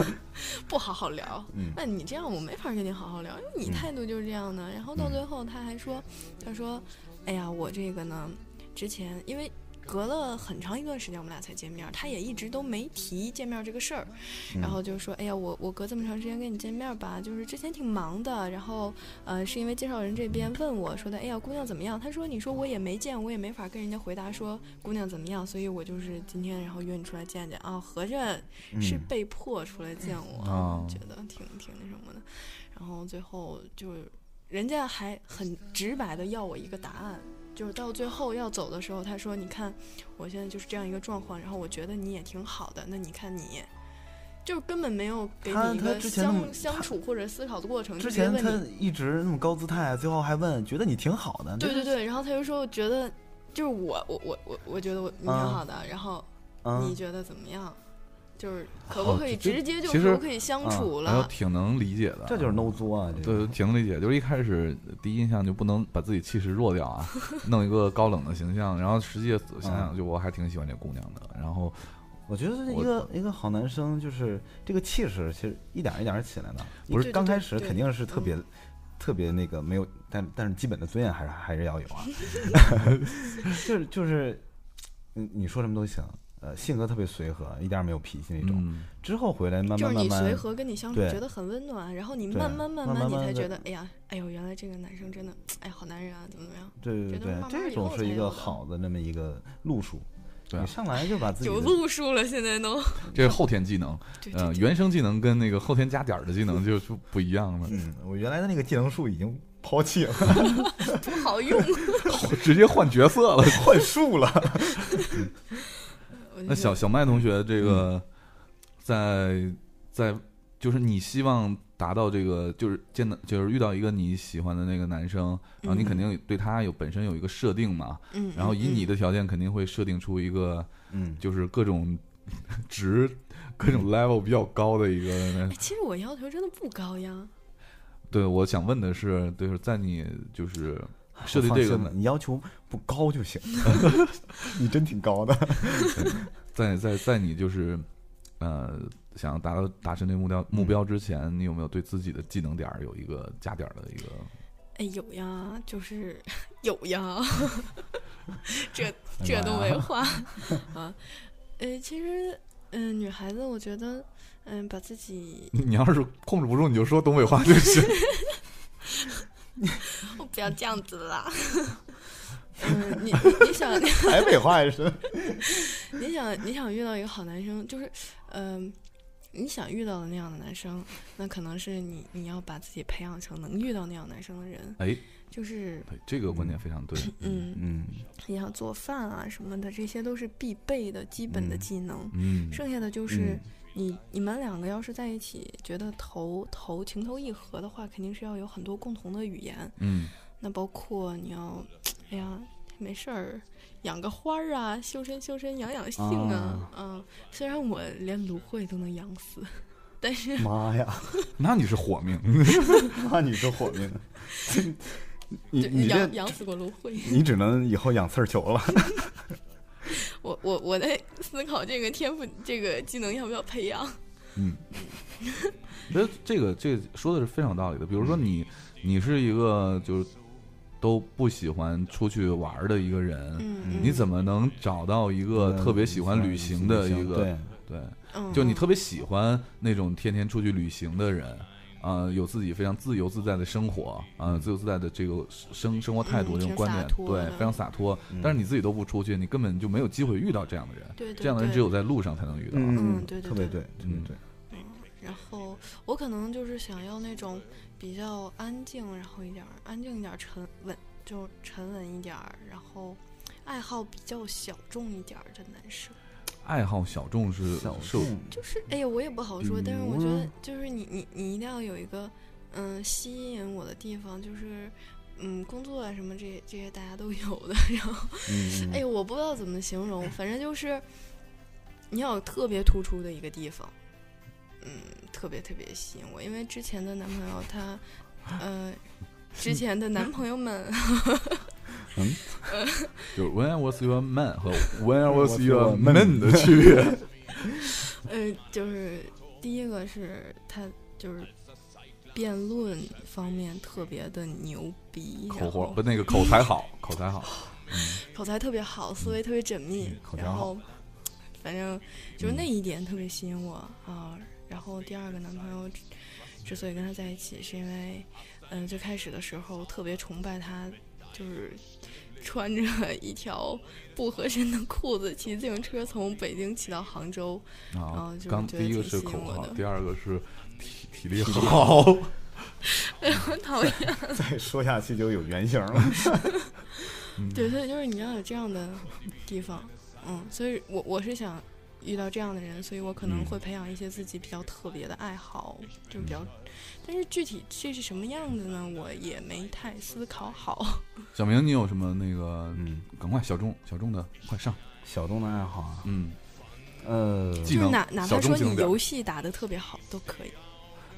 不好好聊。嗯那你这样我没法跟你好好聊，因为你嗯态度就是这样的。然后到最后他还说，他说，哎呀，我这个呢，之前因为。隔了很长一段时间，我们俩才见面，他也一直都没提见面这个事儿，嗯然后就说：“哎呀，我我隔这么长时间跟你见面吧，就是之前挺忙的，然后呃是因为介绍人这边问我说的，哎呀姑娘怎么样？他说你说我也没见，我也没法跟人家回答说姑娘怎么样，所以我就是今天然后约你出来见见啊，合着是嗯被迫出来见我，哦觉得挺挺那什么的。然后最后就是人家还很直白的要我一个答案，就是到最后要走的时候，他说：“你看我现在就是这样一个状况，然后我觉得你也挺好的，那你看你。”就是根本没有给他你一他个之前那么相相他处或者思考的过程，之就直接前问他你一直那么高姿态，最后还问，觉得你挺好的。对对对，然后他就说我觉得就是我我我我我觉得我你挺啊好的，然后嗯啊你，觉得怎么样？就是可哦不可以这直接就其说实可以啊相处还有了？挺能理解的，这就是 no 作啊，这对，个。挺能理解。就是一开始第一印象就不能把自己气势弱掉啊，弄一个高冷的形象。然后实际想嗯想，就我还挺喜欢这姑娘的。然后我觉得一个一个好男生就是这个气势，其实一点儿一点儿起来的。不对是对刚对开始对嗯肯定是特别特别那个没有，但但是基本的尊严还是还是要有 啊。 就是就是，嗯你说什么都行，呃，性格特别随和，一点儿没有脾气那种。嗯，之后回来慢就慢是慢你随慢，和跟你相处对觉得很温暖，然后你对慢慢慢慢慢你才慢觉地得，哎呀，哎呦，原来这个男生真的，哎，好男人啊，怎么怎么样，对对觉得慢对，慢这以种后是才一有个的好的那么一个路数。对啊你上来就把自己有的路数了，现在都。这是后天技能，对呃对，对，原生技能跟那个后天加点儿的技能就就不一样 了，嗯，我原来的那个技能树已经抛弃了， 不好用。直接换角色了。换树了。我就那觉小得小麦同学，这个在在就是你希望达到这个，就是见到就是遇到一个你喜欢的那个男生，然后你嗯肯定对他有本身有一个设定嘛，嗯，然后嗯以你嗯的条件肯定会设定出一个嗯，就是各种 值、各种 level 比较高的一个哎，。其实我要求真的不高呀，对，我想问的是，就是在你就是设计我放这个心呢，了你要求不高 就行，你真挺高的。在在在你就是呃想要达到达成这个目标目标之前，你有没有对自己的技能点儿有一个加点儿的一个？哎，有呀，就是 有呀，这这都没话啊。呃，其实，嗯、女孩子，我觉得，嗯、把自己 你要是控制不住，你就说东北话就行。我不要这样子啦。 嗯、你你你想台北话 也是。你想你想遇到一个好男生，就是，嗯、你想遇到的那样的男生，那可能是你你要把自己培养成能遇到那样男生的人，哎，就是，对，这个观点非常对。嗯，嗯，你想做饭啊什么的，这些都是必备的基本的嗯技能。嗯，剩下的就是嗯你你们两个要是在一起，觉得投投情投意合的话，肯定是要有很多共同的语言。嗯，那包括你要，哎呀，没事儿，养个花儿啊，修身修身，养养性啊。嗯，虽然我连芦荟都能养死，但是妈呀，那你是火命，那你是火 命，你对你这养养死过芦荟。你只能以后养刺儿球了。我我我在思考这个天赋这个技能要不要培养。我觉得嗯这个这个说的是非常有道理的。比如说你，你是一个就是都不喜欢出去玩儿的一个人，嗯，你怎么能找到一个呃嗯特别喜欢旅行的一个？啊对，对，嗯就你嗯特别喜欢那种天天出去旅行的人。啊、有自己非常自由自在的生活，啊、自由自在的这个生生活态度、嗯这种挺观洒点，脱对的，非常洒脱。嗯但是你自己都不出去，你根本就没有机会遇到这样的人。对对这样的人对只有在路上才能遇到。嗯嗯对对特别对对，特别对。嗯然后我可能就是想要那种比较安静，然后一点儿安静一点儿沉稳，就沉稳一点儿，然后爱好比较小众一点儿的男生。爱好小众是小是众，就是哎呀，我也不好说，但是我比觉如得呢就是你你你一定要有一个嗯吸引我的地方，就是嗯工作啊什么这些这些大家都有的， 然后。嗯，哎，我不知道怎么形容，反正就是你要有特别突出的一个地方，嗯，特别特别吸引我。因为之前的男朋友他，呃，之前的男朋友们，就是 When I was your man 和 When I was was your your man man 的 区 别。呃，就是第一个是他就是辩论方面特别的牛逼，口然活后不，那个口才好，口才好。口才特别好，思维特别缜密嗯，口才然好嗯后反正就是那一点特别吸引我啊。然后第二个男朋友之之所以跟他在一起，是因为嗯、最开始的时候特别崇拜他，就是穿着一条不合身的裤子骑自行车从北京骑到杭州， 然啊后哦就是，刚觉得第一个挺是吸引口我好，的第二个是体体 力好。很讨厌。再说下去就有原型了。对，所以就是你要有这样的地方，嗯，所以我我是想遇到这样的人，所以我可能会培养一些自己比较特别的爱好，就比较，但是具体这是什么样子呢？我也没太思考好。小明，你有什么那个？嗯，赶快小众小众的快上。小众的爱好啊，嗯，呃，技就是能哪哪小怕众说技能你点游。戏打得特别好都可以，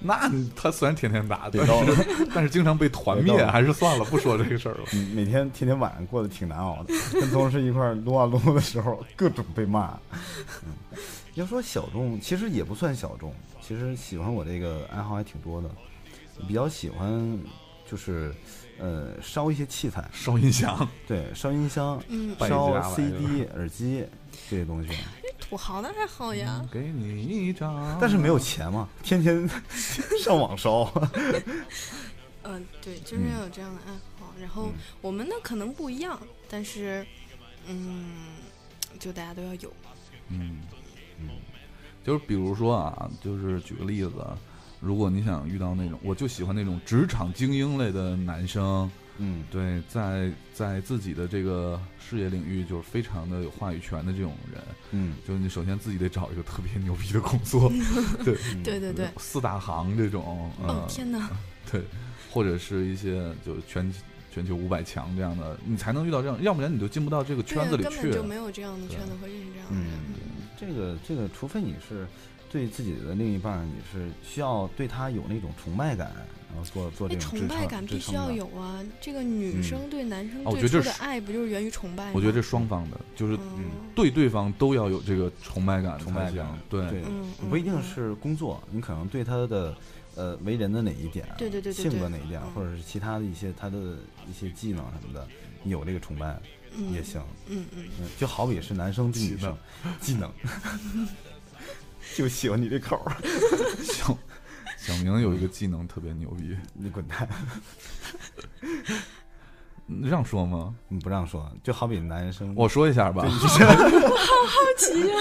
那你他虽然天天打，别但逗 了是但是经常被团灭别逗，了还是算了，不说这个事儿了。嗯每天天天晚上过得挺难熬的，跟同事一块儿撸啊撸的时候，各种被骂。嗯，要说小众，其实也不算小众，其实喜欢我这个爱好还挺多的，比较喜欢就是呃烧一些器材， 烧音响，对，烧音箱、嗯，败家烧吧 CD、耳机这些东西，土豪的还好呀，给你一张，但是没有钱嘛，天天 上网烧。嗯、对，就是要有这样的爱好。嗯然后我们呢可能不一样，但是，嗯，就大家都要有。嗯，就是比如说啊，就是举个例子，啊如果你想遇到那种，我就喜欢那种职场精英类的男生，嗯，对，在在自己的这个事业领域就是非常的有话语权的这种人，嗯，就是你首先自己得找一个特别牛逼的工作，对嗯对对对，四大行这种，哦呃，天哪，对，或者是一些就是全全球五百强这样的，你才能遇到这样，要不然你就进不到这个对圈啊，子里根本去啊就。没有这样的圈子会认识这样的人。嗯，这个这个，除非你是对自己的另一半儿，你是需要对他有那种崇拜感，然后做做这那种哎崇职拜场感职必须场要的有啊！这个女嗯生对男生哦我最觉得初这的是爱不就是源于崇拜吗？我觉得这是双方的，就是嗯对对方都要有这个崇拜感才行，崇拜感。对，对嗯，不一定嗯是工作，你可能对他的呃为人的哪一点，对对对对性格对哪一点，啊嗯或者是其他的一些他的一些技能什么的，你有这个崇拜嗯也行。嗯嗯，嗯，就好比是男生对女生技 能，就喜欢你这口儿， 小小明有一个技能特别牛逼，你滚蛋。嗯让说吗？你不让说，就好比男生，我说一下吧。好奇啊呀，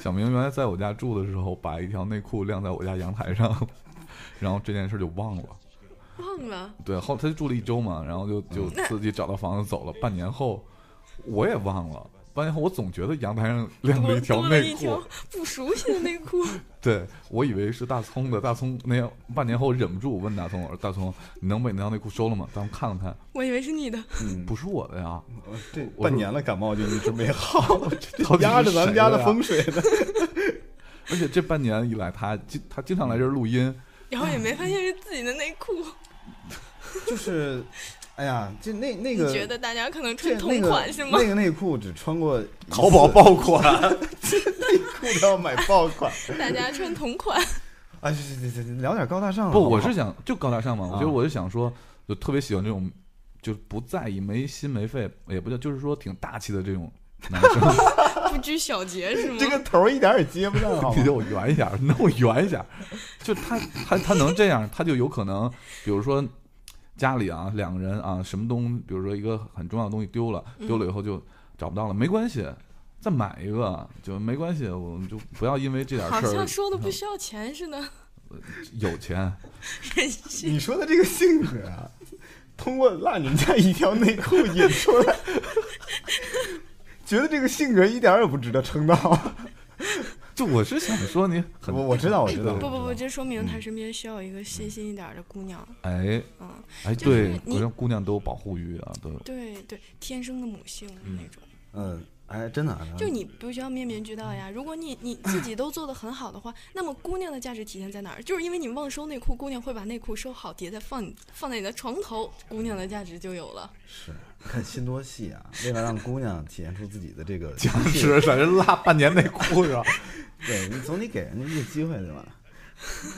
小明原来在我家住的时候，把一条内裤晾在我家阳台上，然后这件事就忘了。忘了，对，后他就住了一周嘛，然后就就自己找到房子走了。半年后，我也忘了，完以后，我总觉得阳台上晾多着一条多了内一条裤，不熟悉的内裤。 对我以为是大葱的。大葱那样半年后忍不住问大葱：“我说大葱，你能把那条内裤收了吗？”大葱看了看，我以为是你的，嗯，不是我的呀，我这我半年了，感冒就一直没好，我这到底是压着咱们家谁的呀风水呢。而且这半年以来，他经他经常来这儿录音，然后也没发现是自己的内 裤。就是，哎呀，这那那你个觉得大家可能这穿同款是吗那？个内裤只穿过一淘宝次爆款。 内裤都要买爆款。 大家穿同款，啊，行行行行，聊点高大上了。不，好我嗯好是想就高大上嘛，我觉得啊我就想说，就特别喜欢这种，就不在意没心没肺，也不叫就是说挺大气的这种男生。不拘小节是吗？这个头儿一点儿也接不上，好你吗给我圆一下， 你给我圆一下。就他他他能这样，他就有可能，比如说家里啊两个人啊什么东，比如说一个很重要的东西丢了，丢了以后就找不到了，没关系。再买一个就没关系，我们就不要因为这点好事像儿嗯说的不需要钱似 的，有钱。真 是你说的这个性格啊，通过拉你们家一条内裤引出来， 觉得这个性格一点儿也不值得称道。 就我是想说你很嗯我我知道，我知道，不不不，这说明他身边需要一个细心一点的姑娘。哎嗯，哎就是对，你我让姑娘都有保护欲啊， 都有。对对，天生的母性那种。嗯，哎，真的啊，就你不需要面面俱到呀。如果你你自己都做得很好的话，那么姑娘的价值体现在哪儿？就是因为你忘收内裤，姑娘会把内裤收好，叠在放你放在你的床头，姑娘的价值就有了。是看心多细啊，为了让姑娘体现出自己的 这个僵尸在这拉半年内裤是吧？ 对你总得给人家一个机会，对吧？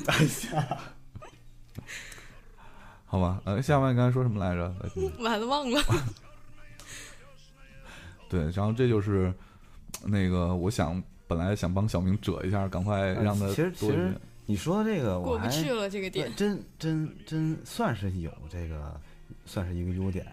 哎呀，好吧，呃，夏曼刚才说什么来着？来听听完了，忘了。哦对，然后这就是那个，我想本来想帮小明折一下，赶快让他呃其实多其一实点。你说的这个，我过还不去了这个对点，真真真算是有这个，算是一个优点。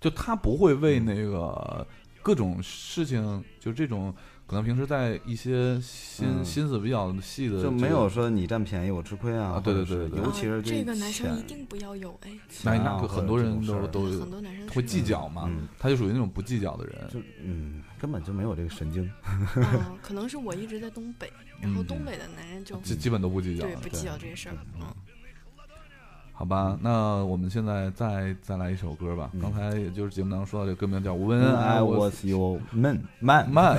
就他不会为嗯那个各种事情，就这种可能平时在一些心、嗯心思比较细的这就个，没有说你占便宜我吃亏啊啊，对对或者是对对对尤其是啊、这个男生钱一定不要有哎，钱那啊那或个者很多这种人事都儿都很多男生会是计较嘛，嗯他就属于那种不计较的人。就嗯，根本就没有这个神经。嗯，可能是我一直在东北，然后嗯东北的男人就基基本都不计较对了，不计较这些事儿， 嗯，好吧？那我们现在再再来一首歌吧。嗯哎刚才也就是节目当中说到这个歌名叫《When When I I Was was your man man， 慢，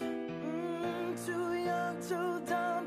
Mm, too young, too dumb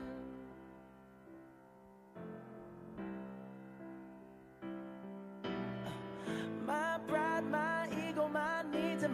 My pride, my ego, my needs, and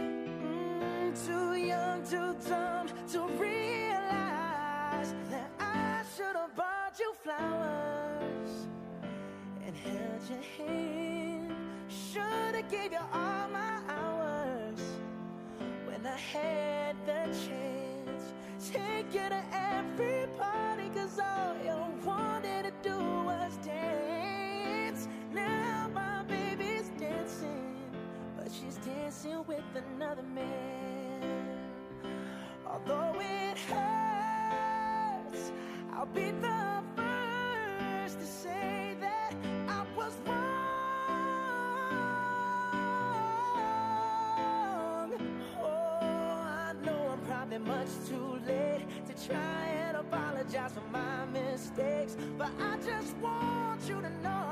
Mm, too young, too dumb to realize that I should have bought you flowers and held your hand. Should have gave you all my hours when I had the chance. Take you to every party, cause all you wanted to do was dance. Now my baby's dancing, but she's dancing with another man. Although it hurts, I'll be the first to say that I was wrong. Oh, I know I'm probably much too late to try and apologize for my mistakes, but I just want you to know.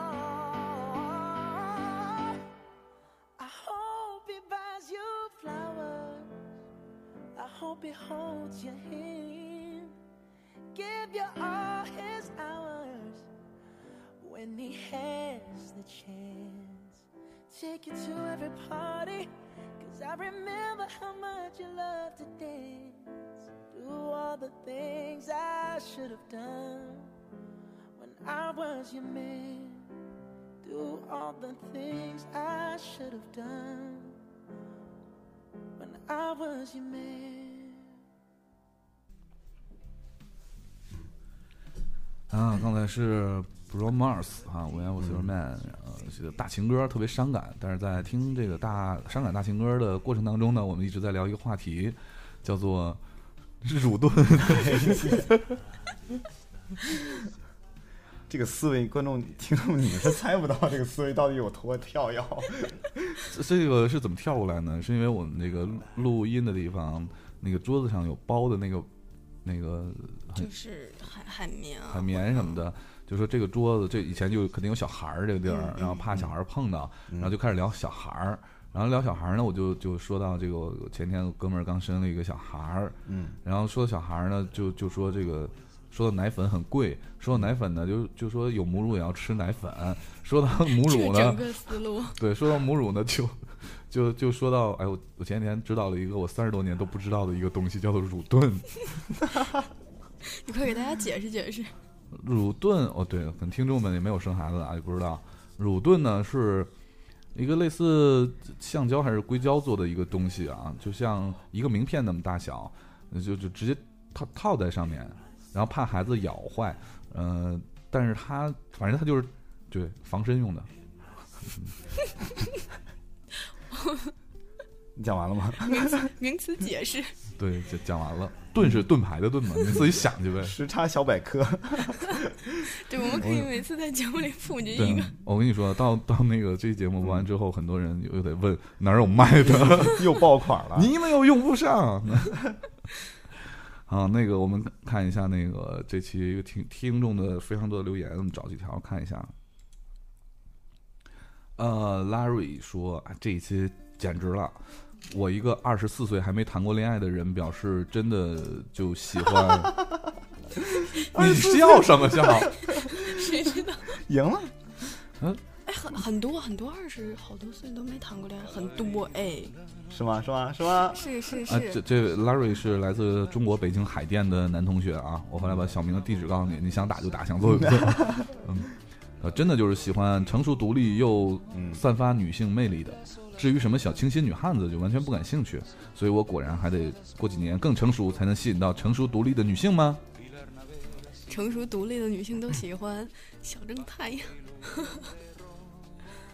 I hope he buys you flowers. I hope he holds your hand. Give you all his hours when he has the chance. Take you to every party, cause I remember how much you loved to dance. Do all the things I should have done when I was your man. Do all the things I should have done when I was your man. 啊，刚才是 Bro Mars 啊，When I Was Your Man，呃，这个大情歌特别伤感，但是在听这个大伤感大情歌的过程当中呢，我们一直在聊一个话题，叫做辱盾。这个思维，观众听众你们是猜不到这个思维到底有多跳跃。这 这个是怎么跳过来呢？是因为我们那个录音的地方，那个桌子上有包的那个那个很就是海海绵啊，海绵什么的，就说这个桌子，这以前就肯定有小孩儿这个地儿，然后怕小孩儿碰到，然后就开始聊小孩儿，然后聊小孩儿呢，我就就说到这个，我前天我哥们儿刚生了一个小孩儿，嗯，然后说到小孩儿呢，就就说这个。说到奶粉很贵，说到奶粉呢，就就说有母乳也要吃奶粉。说到母这乳个呢整，个思路，对，说到母乳呢，就就就说到，哎，我我前几天知道了一个我三十多年都不知道的一个东西，叫做乳盾。你快给大家解释解释。乳盾哦，对，可能听众们也没有生孩子啊，也不知道。乳盾呢是一个类似橡胶还是硅胶做的一个东西啊，就像一个名片那么大小，就就直接套套在上面，然后怕孩子咬坏。呃，但是它反正它就是对防身用的。 你讲完了 吗？ 名词解释，对，讲讲完了。盾是盾牌的盾嘛，你自己想 去呗。时差小百科， 对，我们可以每次在节目里普及对一个。，我跟你说，到到那个这期节目播完之后，很多人又又得问哪儿有卖 的，又爆款了。你们又用不 上。啊，那个我们看一下那个这期听听众的非常多的留言，我们找几条看一下。呃，Larry 说啊，这一期简直了。我一个二十四岁还没谈过恋爱的人，表示真的就喜 欢。你笑什么笑？谁知道？赢了，哎，很很多很多二十好多岁都没谈过恋爱，很多哎，是吗？是吗？是吗？是是啊，这是，这位 Larry 是来自中国北京海淀的男同学啊，我后来把小明的地址告诉你，你想打就打，想揍就揍。 嗯，呃，真的就是喜欢成熟独立又嗯散发女性魅力的。至于什么小清新女汉子，就完全不感兴趣。所以我果然还得过几年更成熟，才能吸引到成熟独立的女性吗？成熟独立的女性都喜欢小正太呀。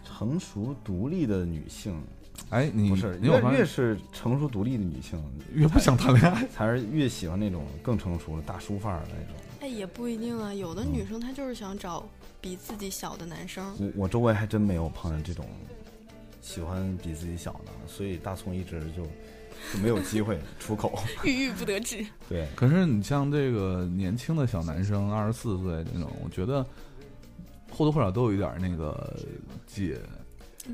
成熟独立的女性哎，你不是，你有越发越现是成熟独立的女性，越不想谈恋 爱？才是越喜欢那种更成熟的大叔范儿的那种。哎，也不一定啊，有的女生她就是想找比自己小的男生。我我周围还真没有碰上这种喜欢比自己小的，所以大葱一直就就没有机会出口。 郁郁不得志。对，可是你像这个年轻的小男生，二十四岁那种，我觉得或多或少都有一点儿那个姐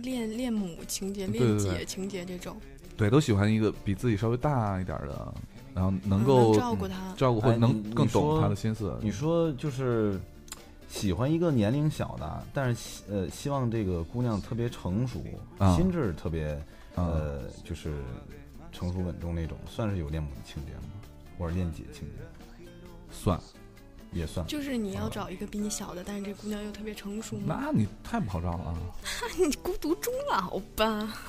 恋恋母情节、对恋对对姐情节这种，对，都喜欢一个比自己稍微大一点儿的，然后能嗯够照顾他，照顾或哎者你能你更懂说嗯他的心思。啊你说就是喜欢一个年龄小的，但是希呃希望这个姑娘特别成熟，啊心智特别、啊，呃就是成熟稳重那种，算是有恋母情节吗？或者恋姐情节算，也算。就是你要找一个比你小的，但是这姑娘又特别成熟嘛，那你太不好找了啊！你 孤独终老吧。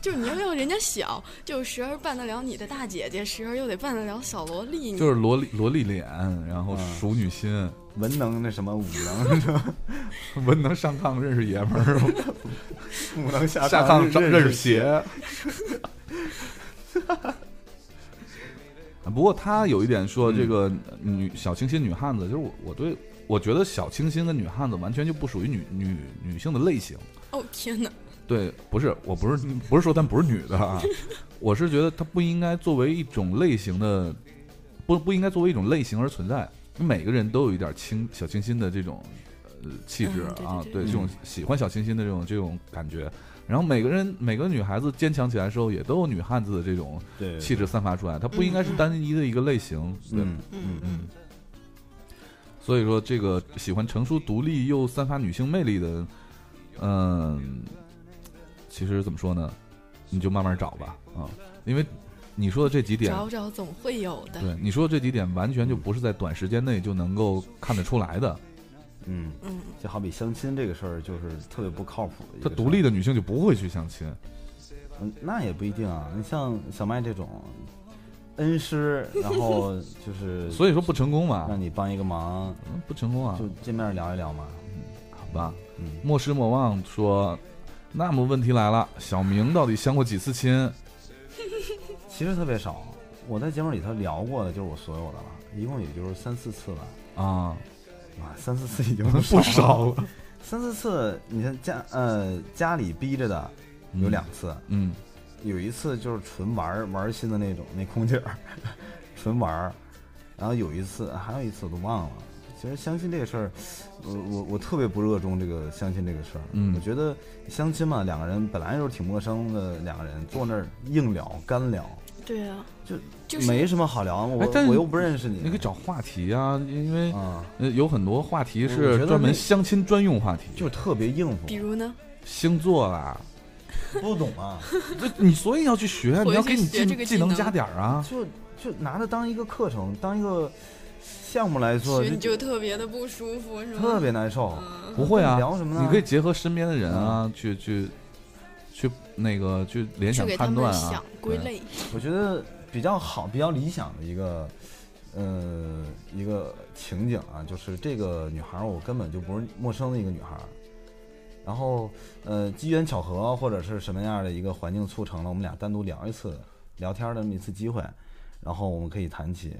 就是你要要人家小，就时而办得了你的大姐姐，时而又得办得了小萝莉。你就是萝莉萝莉脸，然后嗯熟女心，文能那什么，武能是吧文能上炕认识爷们 儿，武能下下炕炕上认识识鞋。啊 不过他有一点说，嗯这个女小清新女汉子，就是我我对我觉得小清新跟女汉子完全就不属于女女女性的类型。哦天哪，对，不是，我不是不是说咱不是女的 啊，我是觉得它不应该作为一种类型的，不不应该作为一种类型而存在。每个人都有一点清小清新的这种呃气质嗯对啊，对对对这种喜欢小清新的这种这种感觉。然后每个人每个女孩子坚强起来的时候，也都有女汉子的这种对气质散发出来，它不应该是嗯嗯单一的一个类型。对，嗯嗯嗯，所以说，这个喜欢成熟、独立又散发女性魅力的，嗯，其实怎么说呢？你就慢慢找吧，啊，因为你说的这几点，找找总会有的。对你说的这几点，完全就不是在短时间内就能够看得出来的。嗯，嗯，就好比相亲这个事儿，就是特别不靠谱的一她个。独立，的女性就不会去相亲，嗯，那也不一定啊。你像小麦这种恩师，然后就是所以说不成功嘛让，你帮一个忙，嗯不成功啊就，见面聊一聊嘛。好吧。嗯，莫失莫忘说，那么问题来了，小明到底相过几次亲？其实特别少。我在节目里头聊过的就是我所有的了，一共也就是三四次吧。啊，哇，三四次已经 不少了。了，三四次，你看家呃家里逼着的有两次，嗯，有一次就是纯玩儿玩儿心的那种，那空姐儿纯玩儿，然后有一次还有一次我都忘了。其实相亲这个事儿，我我我特别不热衷这个相亲这个事儿。嗯我觉得相亲嘛，两个人本来就是挺陌生的，两个人坐那儿硬聊干聊，对啊，就就是没什么好聊。我、哎但是我又不认识你，你可以找话题啊，因为嗯啊，呃，有很多话题我是觉得专门那相亲专用话题，就特别应付，比如呢，星座啦，不懂啊，这你所以要去 学，回你要去给你学技这个技技能能加点儿啊。就就拿它当一个课程，当一个项目来做，学你就特别的不舒服，是吗？特别难受。嗯不会啊，聊什么呢嗯你可以结合身边的人啊，去去去那个去联去想给他判们断想啊。归对类，我觉得比较好、比较理想的一个，呃，一个情景啊，就是这个女孩儿我根本就不是陌生的一个女孩儿，然后呃，机缘巧合或者是什么样的一个环境促成了我们俩单独聊一次聊天儿的那么一次机会，然后我们可以谈起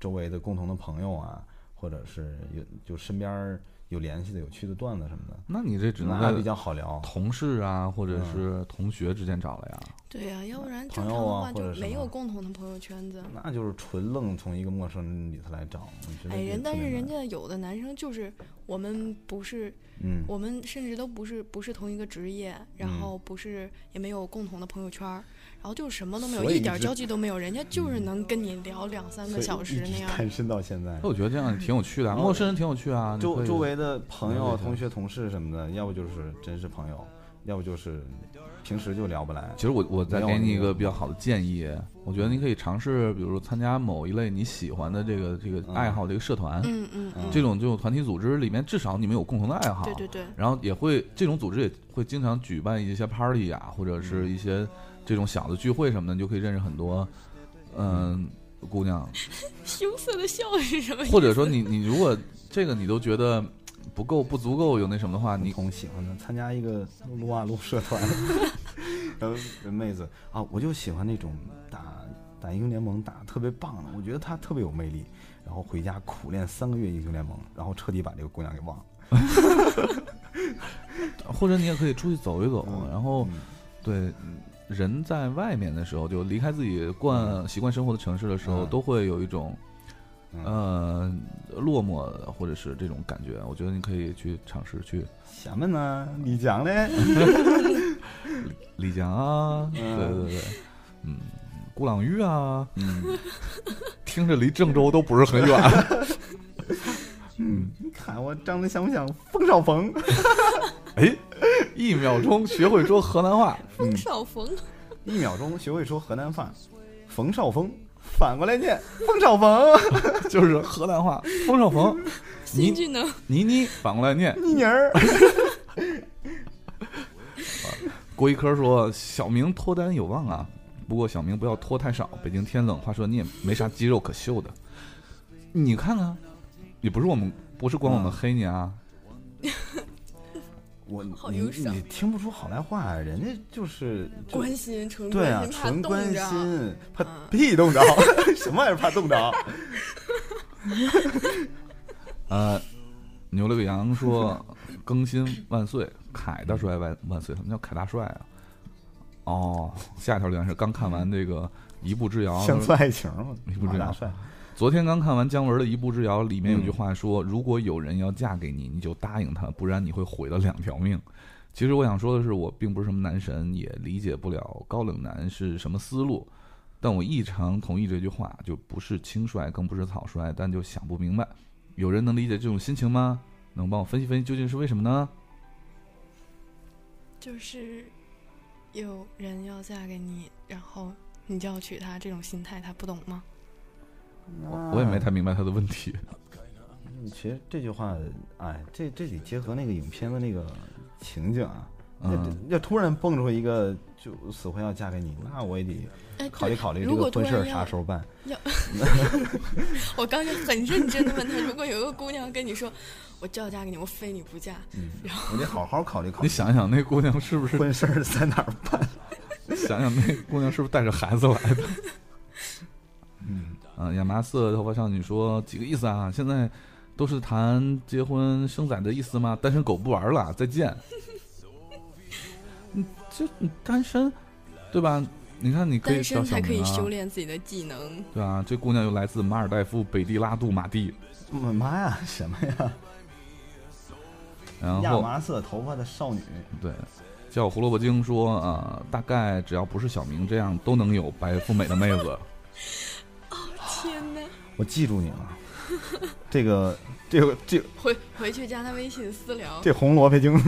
周围的共同的朋友啊，或者是有就身边儿有联系的、有趣的段子什么的，那你这只能那比在较嗯好聊。同事啊，或者是同学之间找了呀。对呀、要不然朋正常的友啊话或就者什没有么共同的朋友圈子。那就是纯愣从一个陌生人里头来找，我觉得哎，这人特但别是人难家有的男生就是我们不是，嗯，我们甚至都不是不是同一个职业，然嗯后不是也没有共同的朋友圈儿，然后就是什么都没有，所以一一点儿直交集都没有，人家就是能跟你聊两三所以个小一时直那样儿。单身到现在哎那，我觉得这样挺有趣的啊，嗯陌生人挺有趣啊。你哦可周以周围的朋对友、对同学、同事什么的，要不就是真是朋友，要不就是平时就聊不来其。实我我再没有给你那一个个比较好的建议，我觉得你可以尝试，比如说参加某一类你喜欢的这个这个嗯爱好这个社团，嗯嗯嗯，这种这种团体组织里面，至少你们有共同的爱嗯好，对对啊对，然后也会这种组织也会经常举办一些 party 啊，或者嗯是一些这种小的聚会什么的，你就可以认识很多，嗯、姑娘，羞涩的笑是什么意思？或者说你你如果这个你都觉得不够不足够有那什么的话，你同喜欢的参加一个撸啊撸社团， 然后妹子啊，我就喜欢那种打打英雄联盟打得特别棒的，我觉得他特别有魅力。然后回家苦练三个月英雄联盟，然后彻底把这个姑娘给忘了。或者你也可以出去走一走，哦然后嗯对。人在外面的时候，就离开自己惯习惯生活的城市的时候，嗯都会有一种嗯呃落寞或者是这种感觉。我觉得你可以去尝试去 前面呢，你讲嘞，李江啊，对对对，嗯，鼓浪屿啊，嗯，听着离郑州都不是很 远。嗯，你看我长得像不像冯绍峰？哎，一秒钟学会说河南话，嗯，少冯，一秒钟学会说河南话，冯绍峰，反过来念冯绍峰，就是河南话。冯绍峰，新倪技能，倪妮反过来念。你妮 儿。郭一科说：“小明脱单有望啊，不过小明不要脱太少。北京天冷，话说你也没啥肌肉可秀的。你看看，也不是我们，不是光我们嗯黑你啊。我好你忧伤你听不出好赖话，人家就是就关心纯对啊关，心，怕纯关冻着。心，怕嗯屁冻着， 什么玩意儿怕冻 着？呃，牛了个羊说：“更新万岁，凯大帅万万岁。”什么叫凯大帅啊？哦，下一条留言是刚看完这个《一步之遥》，乡村爱情嘛，你不马知大道帅昨天刚看完姜文的《一步之遥》，里面有句话说：“如果有人要嫁给你，你就答应他，不然你会毁了两条命。”其实我想说的是，我并不是什么男神，也理解不了高冷男是什么思路，但我异常同意这句话，就不是轻率，更不是草率，但就想不明白，有人能理解这种心情吗？能帮我分析分析究竟是为什么呢？就是有人要嫁给你，然后你就要娶她，这种心态他不懂吗？我我也没太明白他的问题。嗯其实这句话，哎，这这得结合那个影片的那个情景啊。要嗯，要突然蹦出一个就死活要嫁给你，那我也得哎，考虑考虑这如个果突婚然事儿要啥时候办。我刚就很认真的问他，如果有一个姑娘跟你说，我就要嫁给你，我非你不嫁，嗯，我得好好考虑你考虑想想那姑娘是不是？ 婚事儿在哪儿办。 想想那姑娘是不是带着孩子来的？ 嗯，嗯，亚麻色头发少女说几个意思啊？现在都是谈结婚生仔的意思吗？单身狗不玩了，再见。你就你单身，对吧？你看，你可以叫单身小才可以明啊修，炼自己的技能。对啊，这姑娘又来自马尔代夫北地拉杜马蒂， 我妈呀，什么呀？然亚后麻色头发的少女，对，叫胡萝卜精说，呃，大概只要不是小明这样，都能有白富美的妹子。天哪！我记住你了。 这个，这个，这个回回去加他微信私聊，这红萝卜精，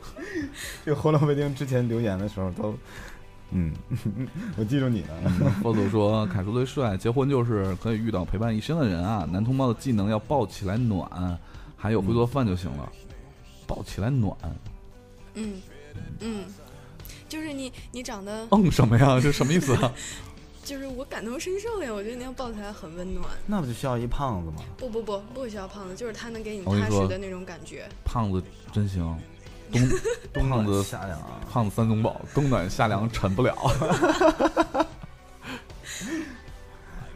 这红萝卜精之前留言的时候都，嗯， 我记住你了。佛祖说：“凯叔最帅，结婚就是可以遇到陪伴一生的人啊！男同胞的技能要抱起来暖，还有会做饭就行了。抱起来暖，嗯嗯，就是你你长得嗯什么呀？这什么意思啊？就是我感同身受呀，我觉得你要抱起来很温暖。 那不就需要一胖子吗？不不不，不需要胖子，就是他能给你我跟你踏说实的那种感觉。胖子真行，冬冬胖子暖夏凉啊，胖子三宗宝，冬暖夏凉沉不了。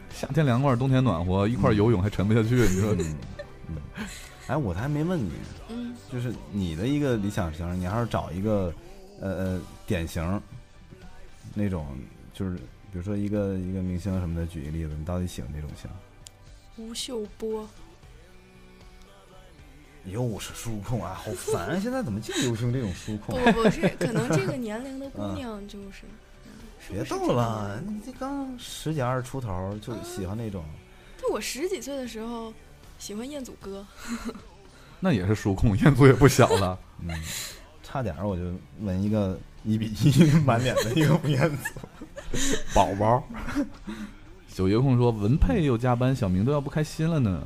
夏天凉快，冬天暖和，一块儿游泳还沉不下去。你说嗯嗯。哎，我还没问你，嗯，就是你的一个理想型，你还是找一个，呃呃，典型那种，就是比如说一个一个明星什么的，举一个例子，你到底喜欢哪种型？吴秀波，又是叔控啊，好烦啊！现在怎么就流行这种叔不控？啊不不是，可能这个年龄的嗯姑娘就是，别逗了，你这刚十几二十出头就喜欢那种，就我十几岁的时候喜欢彦祖哥，那也是叔控， 彦祖也不小了。嗯，差点儿我就纹一个一比一 满脸的一个吴彦祖。宝宝。九爷控说：“文佩又加班，小明都要不开心了呢。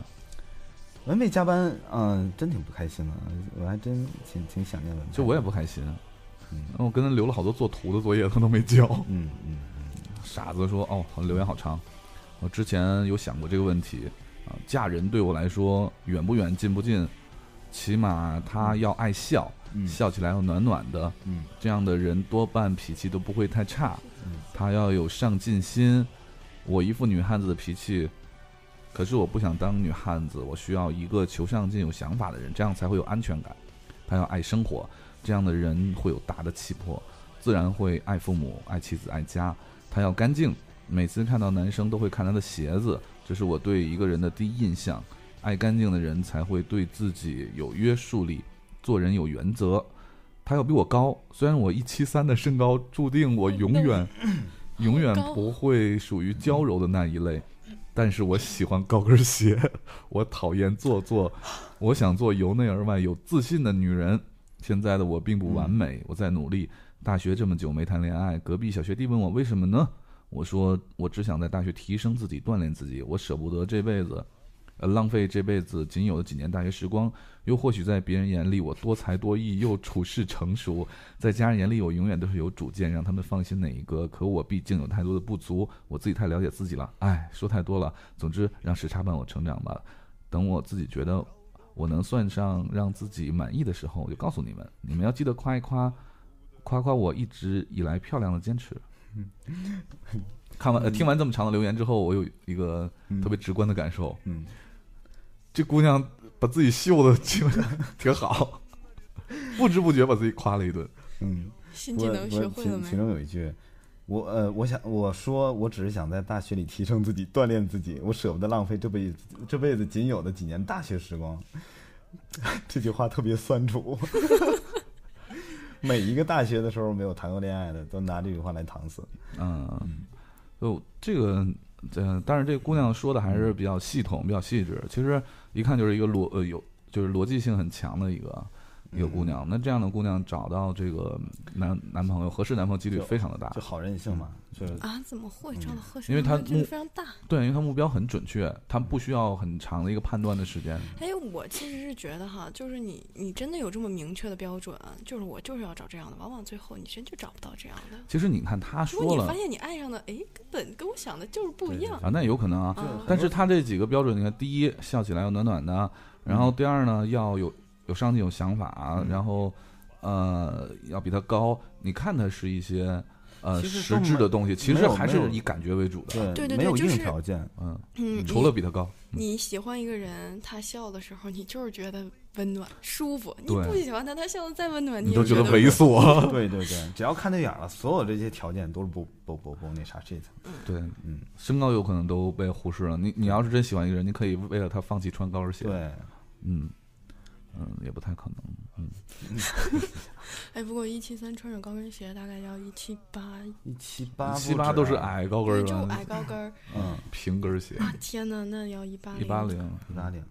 文佩加班，嗯、真挺不开心的，我还真挺挺想念文佩。就我也不开心，嗯然后我跟他留了好多做图的作业，他都没交。嗯嗯傻子说：“哦，好留言好长。我之前有想过这个问题啊，嫁人对我来说远不远，近不近，起码他要爱笑，嗯笑起来要暖暖的。嗯这样的人多半脾气都不会太差嗯，他要有上进心。我一副女汉子的脾气，可是我不想当女汉子，我需要一个求上进、有想法的人，这样才会有安全感。他要爱生活，这样的人会有大的气魄，自然会爱父母、爱妻子、爱家。他要干净，每次看到男生都会看他的鞋子，这是我对一个人的第一印象。爱干净的人才会对自己有约束力，做人有原则。他要比我高，虽然我一七三的身高注定我永远永远高不会属于娇柔的那一类，但是我喜欢高跟鞋，我讨厌做作，我想做由内而外有自信的女人。现在的我并不完美，我在努力。大学这么久没谈恋爱，隔壁小学弟问我为什么呢？我说我只想在大学提升自己，锻炼自己，我舍不得这辈子，呃，浪费这辈子仅有的几年大学时光。又或许在别人眼里我多才多艺，又处事成熟，在家人眼里我永远都是有主见，让他们放心哪一个。可我毕竟有太多的不足，我自己太了解自己了。哎，说太多了。总之，让时差伴我成长吧。等我自己觉得我能算上让自己满意的时候，我就告诉你们。你们要记得夸一夸，夸夸我一直以来漂亮的坚持。看完、呃、听完这么长的留言之后，我有一个特别直观的感受，嗯，这姑娘把自己秀的挺 挺好，不知不觉把自己夸了一顿。嗯，新我技我能学会了其其没？中有一句，我呃，我想我说，我只是想在大学里提升自己，锻炼自己，我舍不得浪费这辈子这辈子仅有的几年大学时光。 这句话特别酸楚。 每一个大学的时候没有谈过恋爱的，都拿这句话来搪塞。嗯，就这个，呃，但是这个姑娘说的还嗯是比较系统、比较细致。其实一看就是一个逻呃有就是逻辑性很强的一个嗯一个姑娘。那这样的姑娘找到这个男男朋友合适男朋友几率就非常的大就，好任性嘛，就是啊，怎么会找到合嗯适因的为人？他真的目非常大。对，因为她目标很准确，她不需要很长的一个判断的时间。哎，我其实是觉得哈，就是你你真的有这么明确的标准，就是我就是要找这样的，往往最后你真就找不到这样的。其实你看她如果说你了发现你爱上的，哎，根本跟我想的就是不一样。啊，那有可能啊，啊但是他这几个标准，你看，第一，笑起来要暖暖的，然嗯后第二呢，要有有上进、有想法，然后呃，要比他高。你看他是一些呃其实实都质没的东西，其没实有还没是有以感觉为主的。对对对没有就硬是条件。 嗯，嗯，除了比他高，你喜欢一个人，他笑的时候，你就是觉得温暖、舒服；你对不喜欢他，他笑的再温暖，你也都觉得得猥琐。对对对，只要看对眼了，所有这些条件都是不不不不那啥 shit。 对，嗯，身高有可能都被忽视了。你你要是真喜欢一个人，你可以为了他放弃穿高跟鞋。，对，嗯嗯，也不太可能。哎，不过一七三穿上高跟鞋大概要一七八，哎一七八啊七八都是，矮高跟儿就吧矮，啊高跟儿。嗯，平跟儿鞋天呐，那要一八一八，零。不咋领。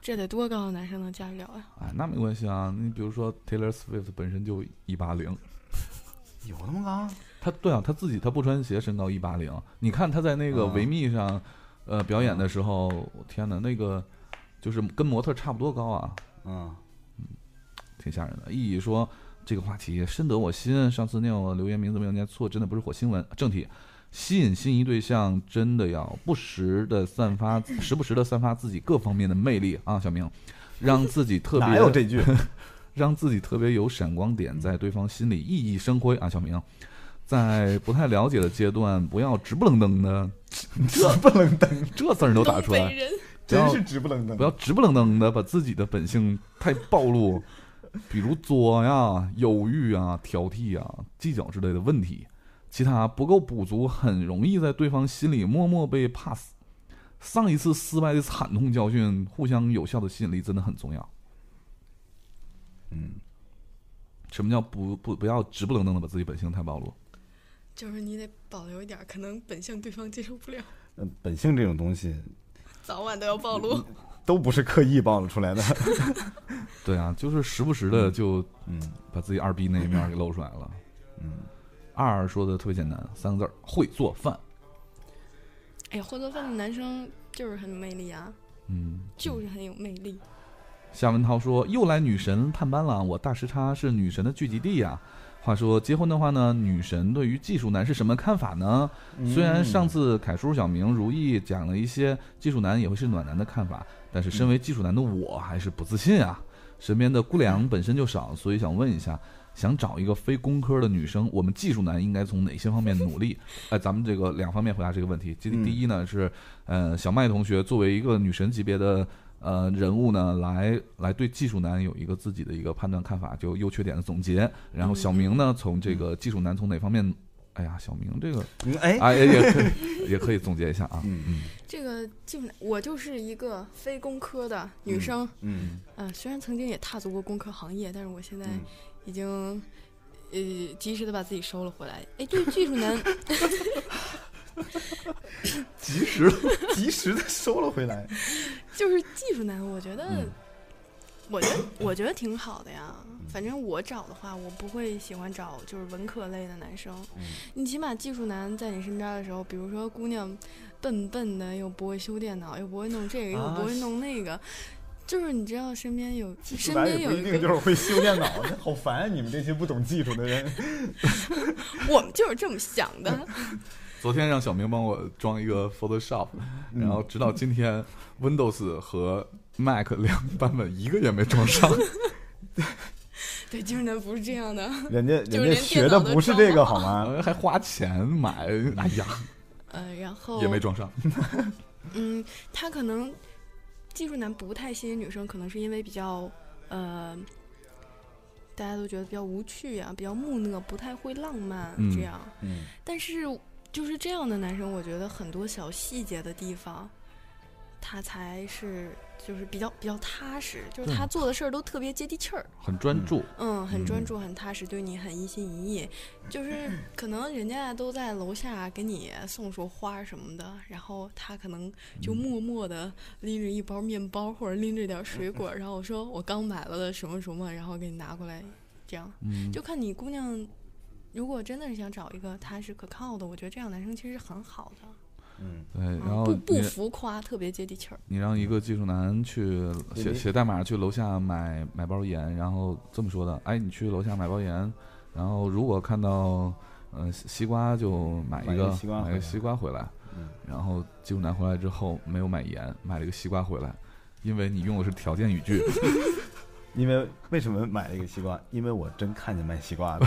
这得多高的啊男生能驾驭了呀、哎，那没关系啊。你比如说 Taylor Swift 本身就一八零，有那么高？她对啊，她自己她不穿鞋，身高一八零。你看她在那个啊维密上，呃，表演的时候，我天哪，那个就是跟模特差不多高啊，嗯，挺吓人的。意义说这个话题深得我心，上次念我留言名字没有念错，真的不是火星文。正题，吸引心仪对象真的要不时的散发，时不时的散发自己各方面的魅力啊，小明。让自己特别哪有这 句？让自己特别有闪光点，在对方心里熠熠生辉啊！小明，在不太了解的阶段，不要直不愣登的，这不能登，这字儿你都打东出北来，人，真是直不能登。不要直不愣登的把自己的本性太暴 露，比如作呀、忧郁啊、挑剔啊、计较之类的问题。其他不够补足，很容易在对方心里默默被 pass。上一次失败的惨痛教训，互相有效的吸引力真的很重要。嗯，什么叫不不不要直不愣登的把自己本性太暴露？就是你得保留一点儿，可能本性对方接受不了，呃本性这种东西早晚都要暴露。 都不是刻意暴露出 来的。对啊，就是时不时的就嗯把自己二逼那一面儿给露出来了。嗯，二说的特别简单，三个字儿会做饭。 哎呀，会做饭的男生就是很有魅力啊，嗯，就是很有魅力。夏文涛说又来女神探班了，我大时差是女神的聚集地呀、话说结婚的话呢，女神对于技术男是什么看法呢？虽然上次凯叔、小明、如意讲了一些技术男也会是暖男的看法，但是身为技术男的我还是不自信啊。身边的姑娘本身就少，所以想问一下，想找一个非工科的女生，我们技术男应该从哪些方面努力？ 哎，咱们这个两方面回答这个问题。第嗯第一呢是，呃，小麦同学作为一个女神级别的呃人物呢，来来对技术男有一个自己的一个判断看法，就优缺点的总结。然后小明呢，从这个技术男从哪方面哎呀，小明这个嗯哎，啊，也也 可以也可以总结一下啊。嗯嗯这个基本上我就是一个非工科的女生，嗯呃，虽然曾经也踏足过工科行业，但是我现在嗯已经，呃，及时的把自己收了回来。哎，对技术男及时 及时的收了回 来。就是技术男，我觉得，嗯我觉得我觉得挺好的呀。反正我找的话，我不会喜欢找就是文科类的男生。嗯你起码技术男在你身边的时候，比如说姑娘笨笨的，又不会修电脑，又不会弄这个，又啊不会弄那个，就是你知道身边有身本来边有一个是会修电脑， 好烦啊！你们这些不懂技术的 人。我们就是这么想的。 昨天让小明帮我装一个 Photoshop，然嗯 后直到今天，Windows 和 Mac 两个版本一个也没装上。对，技术男不是这样的。人家就人家是连学的不是这个好好吗？像还花钱买，哎呀，呃，然后也没装上。嗯，他可能技术男不太吸引女生，可能是因为比较呃，大家都觉得比较无趣啊，比较木讷，不太会浪漫啊嗯这样。嗯，但是就是这样的男生，我觉得很多小细节的地方，他才是就是比较比较踏实，就是他做的事儿都特别接地气儿。很专注，嗯，很嗯专注，很踏实，对你很一心一意。 就是可能人家都在楼下给你送束花儿什么的，然后他可能就嗯默默的拎着一包面包或者拎着点儿水果， 然后我说我刚买了的什么什么，然后给你拿过来，这样嗯，就看你姑娘。如果真的是想找一个踏实可靠的，我觉得这样男生其实很好的，嗯，对。啊哎然后不你不浮夸，特别接地气儿。你让一个技术男去写你写代码，去楼下买买包盐，然后这么说的：哎，你去楼下买包盐，然后如果看到呃西西瓜就买买一一个个西瓜买回一个来西瓜回来。嗯然后技术男回来之后没有买盐，买了一个西瓜回来，因为你用的是条件语 句。因为为什么买了一个西瓜？因为我真看见卖 西瓜的。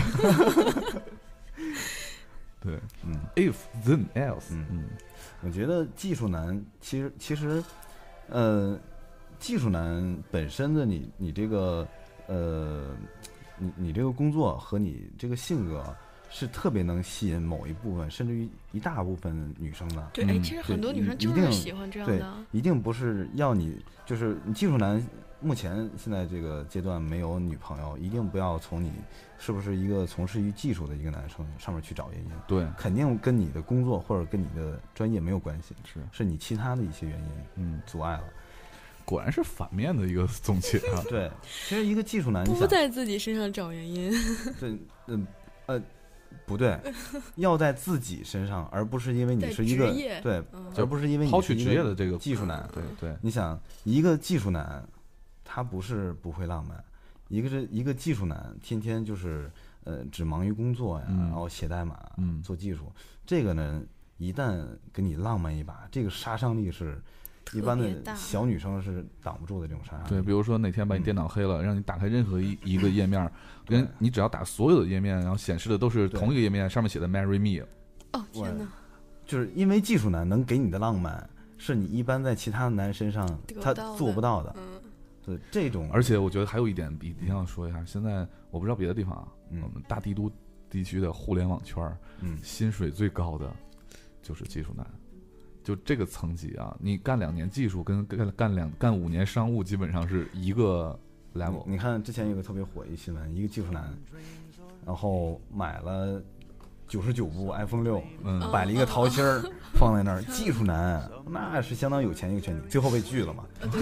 对嗯， ，if then else，嗯嗯我觉得技术男其实其实，呃，技术男本身的你你这个呃，你你这个工作和你这个性格是特别能吸引某一部分甚至于一大部分女生的。对，哎哎，嗯其其实很很多对女多女生一生就就是定是喜喜欢这样对的。一定不是要你，就是你技术男，目前现在这个阶段没有女朋友，一定不要从你是不是一个从事于技术的一个男生上面去找原因，对，肯定跟你的工作或者跟你的专业没有关系，是，是你其他的一些原因嗯，阻碍了。。果然是反面的一个总结啊对，其实一个技术男，你不想，在自己身上找原因，对，嗯呃，不 对，要在自己身上，而不是因为你在是一职个业对，嗯，而不 是因为你抛是去一职业的这个技术男，嗯对对，你想，一个技术男，他不是不会浪漫，一个是一个技术男，天天就是呃只忙于工作呀，嗯然后写代码，嗯做技术，这个人一旦给你浪漫一把，这个杀伤力是一般特别的大小女生是挡不住的这种杀伤力。对，比如说哪天把你电脑黑了，让你打开任何一一个页面儿，跟你只要打所有的页面，然后显示的都是对同一个页面，上面写的 “marry me”。哦我天哪，就是因为技术男能给你的浪漫，是你一般在其他的男人身上得不他到做的不到的。嗯，对这种，而且我觉得还有一点一定要说一下，现在我不知道别的地方啊，嗯我们大帝都地区的互联网圈儿，嗯薪水最高的就是技术男，就这个层级啊，你干两年技术跟干干两干五年商务基本上是一个 level。你看之前有个特别火一新闻，一个技术男，然后买了九十九部 iPhone 六，嗯摆了一个桃心儿嗯放在那儿，技术男那是相当有钱一个圈子，最后被拒了嘛。嗯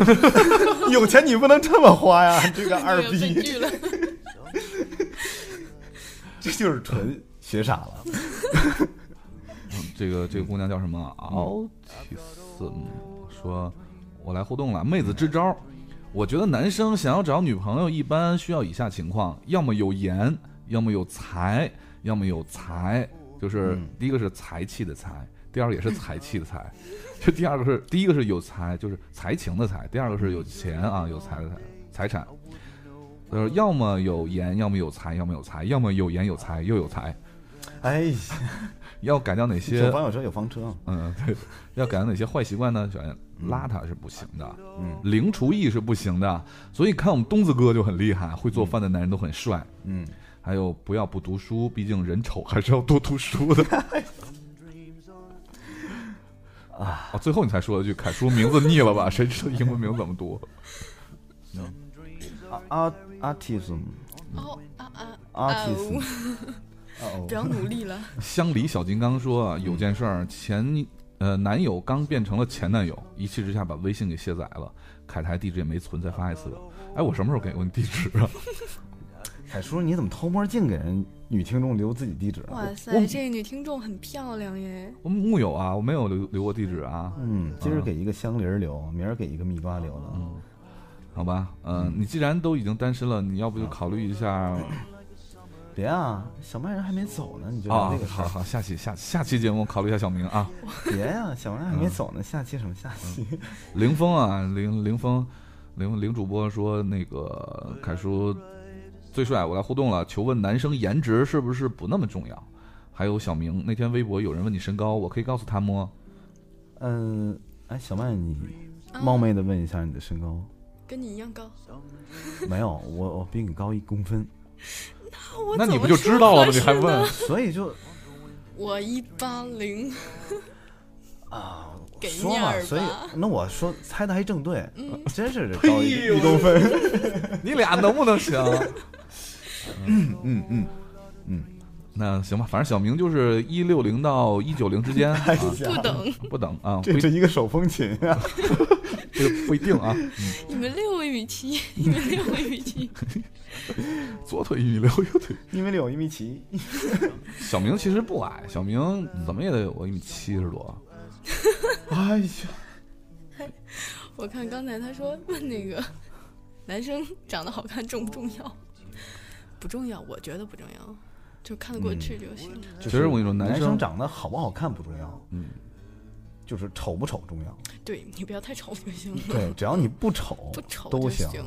有钱你不能这么花呀，这 个二这个被逼，拒了。这就是纯学傻了。这个这个姑娘叫什么啊？autism，说嗯我来互动了，妹子支招。我觉得男生想要找女朋友，一般需要以下情况：要么有颜，要么有才，要么有才。就是嗯第一个是才气的才，第二个也是才气的才。 就第二个是第一个是有才，就是才情的才；第二个是有钱啊，有财的财财产。呃，要么有颜，要么有才，要么有才，要么有颜有才又有才。哎呀，要改掉哪些有？房有车有房车，啊嗯，对，要改掉哪些坏习惯呢？首先，邋遢是不行的，嗯零厨艺是不行的，所以看我们东子哥就很厉害，会做饭的男人都很帅。嗯，还有不要不读书，毕竟人丑还是要多读书的。啊！最后你才说了句“凯叔名字腻了吧？谁知道英文名怎么读啊 artism 哦啊啊 啊！ artism 哦不要努 力了，？”乡里小金刚说啊，有件事儿，前呃男友刚变成了前男友，一气之下把微信给卸载了，凯台地址也没存，再发一次。哎，我什么时候给过你地址啊？凯叔，你怎么偷摸净给人女听众留自己地址啊？哇我塞，这个女听众很漂亮耶！我木有啊，我没有留留过地址啊。嗯，今儿给一个香梨儿留，明儿给一个蜜瓜留了。嗯好吧，嗯，你既然都已经单身了，你要不就考虑一下啊？别啊，小麦人还没走呢，你就聊这个事哦好儿。好，下期下下期节目考虑一下小明啊。别呀、小麦人还嗯没走呢，下期什么下期？林峰啊，林林峰，林林主播说那个凯叔最帅，我来互动了，求问男生颜值是不是不那么重要？还有小明，那天微博有人问你身高，我可以告诉他摸。 嗯，哎，小麦，你哦冒昧的问一下你的身高？跟你一样高，没有，我我比你高一公分，我那你不怎么就说知道了合吗？你还适呢问？所以就我一八 零，啊，给说面嘛，儿所以吧那我说猜的还正对，嗯真是高一呦一公分。你俩能不能行？嗯嗯，那行吧，反正小明就是一六零到一九零之间，啊、不等，不等啊，不这这一个手风琴 啊，不不一定啊。你们六一米七，你们六一米七， 左腿一米六，右腿。一米六，一米七，小明其实不矮，小明怎么也得有个一米七十多。哎呀，我看刚才他说问那个男生长得好看重不重要？不重要，我觉得不重要，就看得过去就行了。其其实我跟你说男男生长得好不好看不重要， 嗯，就是丑不丑重要。对你不要太丑就行了，对，只要你不丑，不丑都就行。行。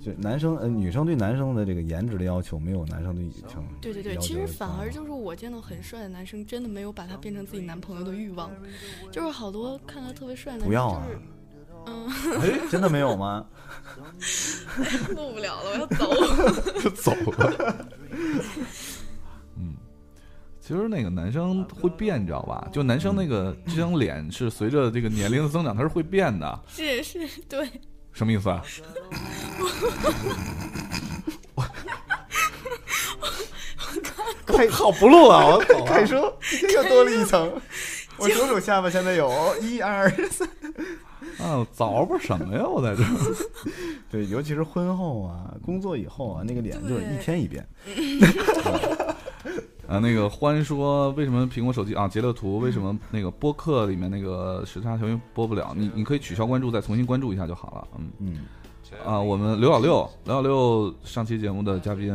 就男生呃，女生对男生的这个颜值的要求，没有男生对女生对对对，要求其实反而高就是我见到很帅的男生，真的没有把他变成自己男朋友的欲望，就是好多看他特别帅的男不要生，啊就是。嗯，哎，真的没有 吗？录不了了，我要走。就走了。嗯，其实那个男生会变，你知道吧？就男生那个这张脸是随着这个年龄的增长，它是会变的。是是，对，什么意 思啊？快好不录了，我啊走了。 凯叔，又多了一层，我数数下巴，现在 有一二三。啊，凿吧什么呀？我在这儿。 对，尤其是婚后啊，工作以后啊，那个脸就是一对天一变。啊，那个欢说，为什么苹果手机啊截了图，为什么那个播客里面那个时差球员播不了？你你可以取消关注，再重新关注一下就好了。嗯。嗯，啊，我们刘老六，刘老六上期节目的嘉宾，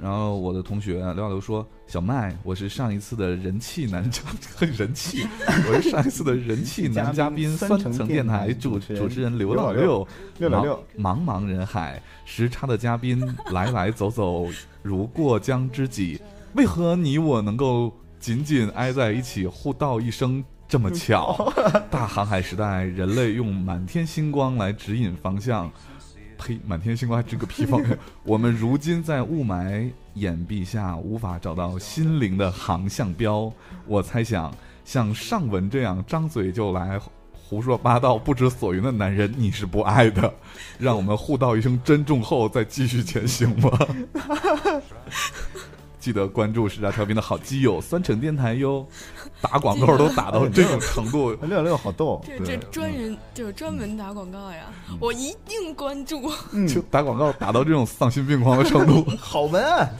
然后我的同学刘老六说，小麦，我是上一次的人气男嘉， 人气，我是上一次的人气男 嘉宾，嘉三宾城电台主三城电台主持人主持人刘老刘六，六六六，茫茫茫人海，时差的嘉宾来来走走，如过江之鲫，为何你我能够紧紧挨在一起，互道一声？这么 巧，大航海时代，人类用满天星光来指引方向，呸！满天星光还指个屁方 向！我们如今在雾霾掩蔽下，无法找到心灵的航向标。我猜想，像尚文这样张嘴就来胡说八道、不知所云的男人，你是不爱的。让我们互道一声珍重后，再继续前行吧。记得关注时差调频的好基友酸橙电台哟，打广告都打到这种程度，六六好逗。这这专嗯人就是专门打广告呀，我一定关注。就打广告打到这种丧心病狂的程度。好文案，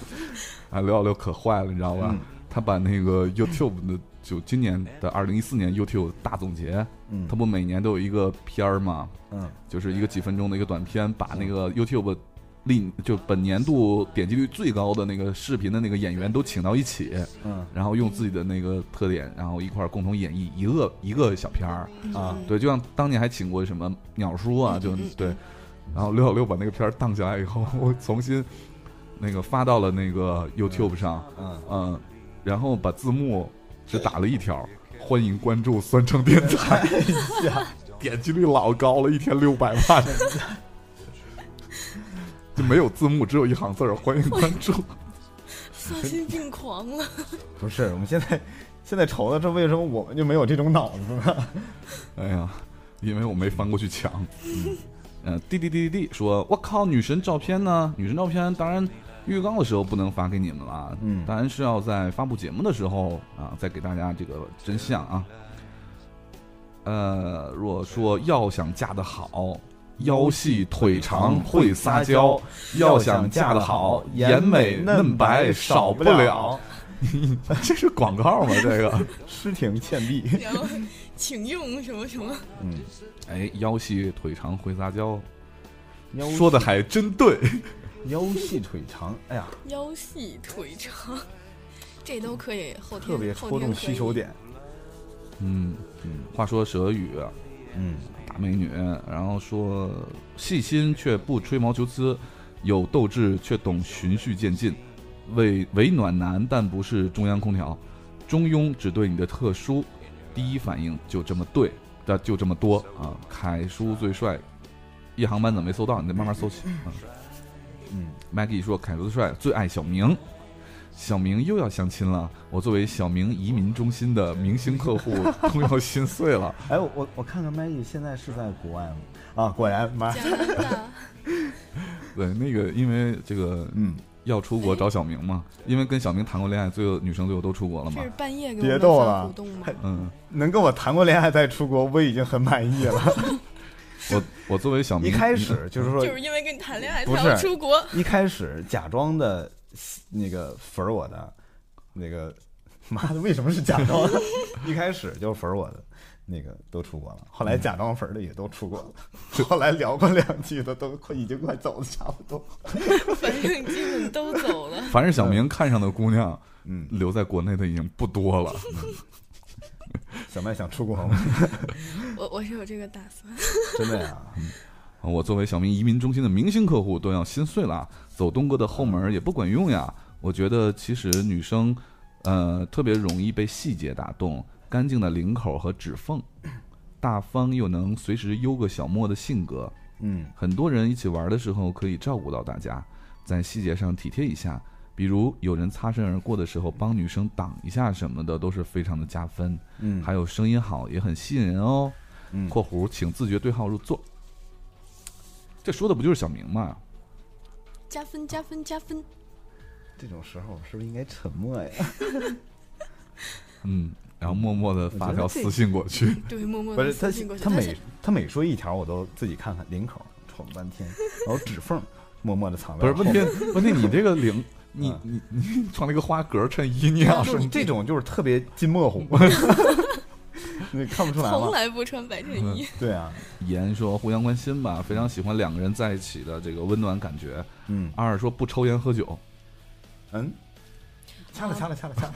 啊，刘老六可坏了，你知道吧？他把那个 YouTube 的，就今年的二零一四年 YouTube 大总结，嗯他不每年都有一个片儿嘛，嗯，就是一个几分钟的一个短片，把那个 YouTube 历就本年度点击率最高的那个视频的那个演员都请到一起，嗯然后用自己的那个特点，然后一块儿共同演绎一个一个小片儿。啊，对，就像当年还请过什么鸟叔啊，就对。然后六小六把那个片儿荡下来以后，我重新那个发到了那个 YouTube 上，嗯嗯，然后把字幕只打了一条：“欢迎关注酸橙电台。”点击率老高了，一天六百万， 就没有字幕，只有一行字儿：“欢迎关注。”丧 心病狂了。不是，我们现在现在愁的是为什么我们就没有这种脑子呢？哎呀，因为我没翻过去抢。 嗯，滴滴滴滴滴说，我靠，女神照片呢？女神照片当然预告的时候不能发给你们了，嗯当然是要在发布节目的时候啊，再给大家这个真相啊。呃，若说要想嫁得好，腰细腿长会撒娇，嗯要想嫁得好，颜美嫩白少不了。。 这是广告吗？这个。 诗婷倩碧，然后，请用什么什么，嗯，哎，腰细腿长会撒娇，腰说的还真对。腰细腿长，哎呀，腰细腿长，这都可以后天特别戳中需求。点。嗯，嗯话说蛇语啊嗯，大美女，然后说细心却不吹毛求疵，有斗志却懂循序渐进，为为暖男但不是中央空调，中庸只对你的特殊，第一反应就这么对，但就这么多啊。凯叔最帅，夜航班怎么没搜到？你得慢慢搜去。啊嗯 Maggie 说：“凯子帅最爱小明，小明又要相亲了。我作为小明移民中心的明星客户，都要心碎了。哎，我我我看看 Maggie 现在是在国外吗？啊，果然妈，加 拿大，对，那个因为这个嗯，要出国找小明嘛，因为跟小明谈过恋爱，最后女生最后都出国了嘛这。是半夜给别我们逗发了活动 吗？嗯，能跟我谈过恋爱再出国，我已经很满意了。 我我作为小一明，开始就是说就，是因为跟你谈恋爱才不要是出国，一开始假装的那个粉儿我的，那个 妈的为什么是假装的？ 一开始就是粉儿我的，那个都出国了，后来假装粉儿的也都出国了，后来聊过两句的都快已经快走的差不多。反正基本都走了。凡是嗯小明看上的姑娘，嗯，留在国内的已经不多 了。嗯小麦想出国吗？ 我我是有这个打算。真的呀，我作为小明移民中心的明星客户都要心碎了，走东哥的后门也不管用呀。我觉得其实女生，呃，特别容易被细节打动，干净的领口和指缝，大方又能随时悠个小莫的性格，嗯很多人一起玩的时候可以照顾到大家，在细节上体贴一下，比如有人擦身而过的时候帮女生挡一下什么的，都是非常的加分。嗯还有声音好也很吸引人哦。嗯括弧请自觉对号入座。这说的不就是小明吗？加分加分加分！这种时候是不是应该沉默呀？嗯，然后默默的发条我觉得这私信过嗯去。对，默默不的是他私信过去。他但每是他每说一条我都自己看看领口，瞅了半天，然后指缝默默的藏不在是后问面。题，问题你这个 领，你啊你你穿了个花格衬衣，你要就是是这种就是特别金墨 红，你看不出来从吗？来不穿白衬衣，对啊，言说互相关心吧，非常喜欢两个人在一起的这个温暖感觉。嗯二说不抽烟喝酒，嗯，掐了掐了掐了掐了。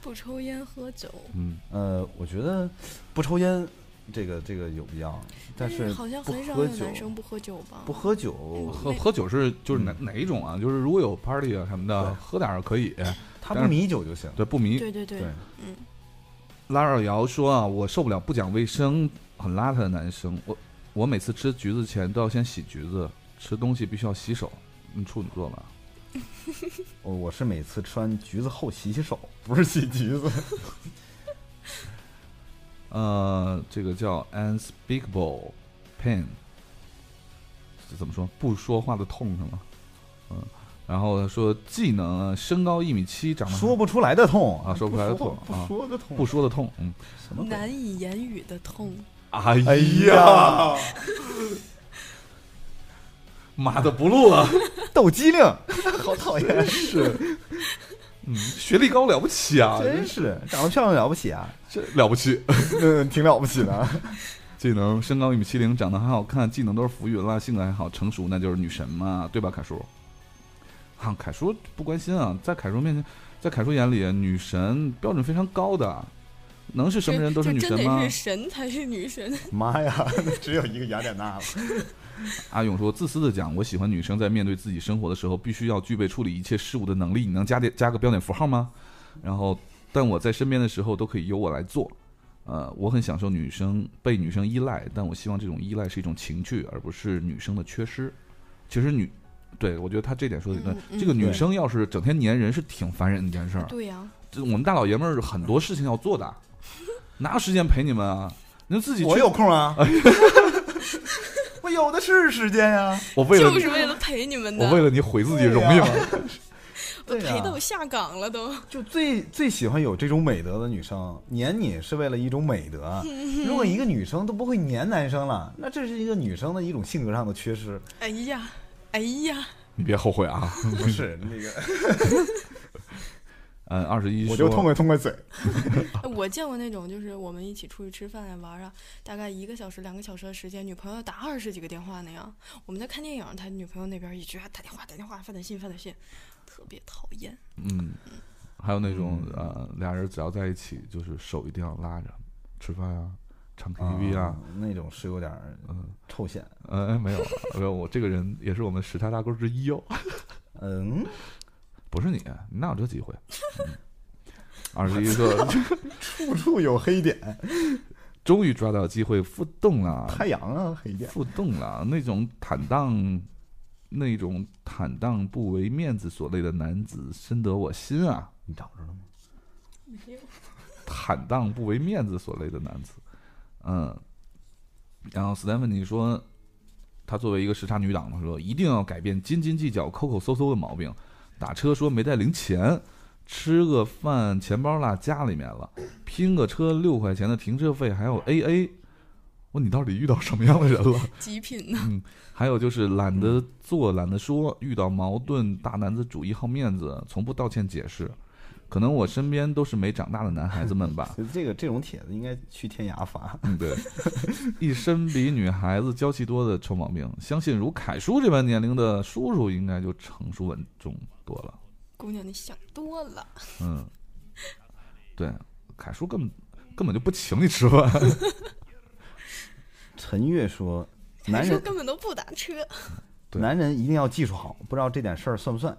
不抽烟喝酒，嗯，呃，我觉得不抽烟这个这个有必要，但是是嗯好像不很少喝有酒男生不嗯喝酒吧不？喝酒，喝喝酒是就是哪哪一种啊？就是如果有 party 啊什么的，嗯对喝点儿可以，他但不是迷酒就行。对，不迷。对对对对，嗯，拉尔瑶说啊，我受不了不讲卫生、很邋遢的男生。我我每次吃橘子前都要先洗橘子，吃东西必须要洗手。嗯，处女座吧，我我是每次吃完橘子后洗洗手，不是洗橘子。呃，这个叫 unspeakable pain，这怎么说？不说话的痛是吗？嗯，然后他说技能啊，身高一米七，长得说不出来的痛啊说不出来的痛不啊说的痛，不说的痛，嗯，什么鬼？难以言语的痛，哎哎呀，妈的不录了，抖机灵， 好讨厌，是，嗯， 学历高了不起 啊，真是长得漂亮了不起啊，这了不起。嗯，挺了不起的。技能身高一米七零，长得还好看，技能都是浮云了，性格还好，成熟那就是女神嘛，对吧，凯叔？啊，凯叔不关心啊，在凯叔面前，在凯叔眼里，女神标准非常高的，能是什么人都这是女这真神得吗是？神才是女神。妈呀，只有一个雅典娜了。阿勇说，自私的讲，我喜欢女生在面对自己生活的时候，必须要具备处理一切事物的能力。你能加点加个标点符号吗？然后，但我在身边的时候都可以由我来做。呃，我很享受女生被女生依赖，但我希望这种依赖是一种情趣，而不是女生的缺失。其实女对，我觉得他这点说的对。嗯这个女对生要是整天粘人是挺烦人的一件事儿。对啊呀、这我们大老爷们儿很多事情要做的，哪有时间陪你们啊？你就自己去我有 空啊，我有的是时间呀、我为了就是为了陪你们的，我为了你毁自己容易吗？我对啊呀陪到我下岗了都。就最最喜欢有这种美德的女生，黏你是为了一种美德。啊 如果一个女生都不会黏男生了，那这是一个女生的一种性格上的缺 失。哎呀，哎呀，你别后悔啊！不是那个， 嗯，二十一，我就痛快痛快嘴。哎我见过那种，就是我们一起出去吃饭啊、玩啊，大概一个小时、两个小时的时间，女朋友打二十几个电话那样。我们在看电影，他女朋友那边一直打电话、打电话、发短信、发短信，特别讨厌。嗯，还有那种呃，俩人只要在一起，就是手一定要拉着，吃饭啊，唱 KTV 啊，那种是有点儿嗯，臭显。呃，哎没有，没有，我这个人也是我们十大大勾之一哦，嗯，不是你，你哪有这机会？嗯二十一 说，处处有黑点，终于抓到机会互动了，太阳啊，黑点。互动了，那种坦荡，那种坦荡不为面子所累的男子，深得我心啊！你找着了吗？坦荡不为面子所累的男子。嗯，然后斯坦芬妮说，她作为一个时差女党，她说一定要改变斤斤计较、抠抠搜搜的毛病。打车说没带零钱，吃个饭钱包落家里面了，拼个车六块钱的停车费，还有 A A。我你到底遇到什么样的人了？极品呢？还有就是懒得做、懒得说，遇到矛盾大男子主义、好面子，从不道歉解释。可能我身边都是没长大的男孩子们吧。就这个这种帖子应该去天涯发。 嗯，对，一身比女孩子娇气多的臭毛病，相信如凯叔这般年龄的叔叔应该就成熟稳重多了。姑娘，你想多了。嗯，对，凯叔根本根本就不请你吃饭。 陈月说，还男说人根本都不打车，对男人一定要技术好，不知道这点事儿算不算？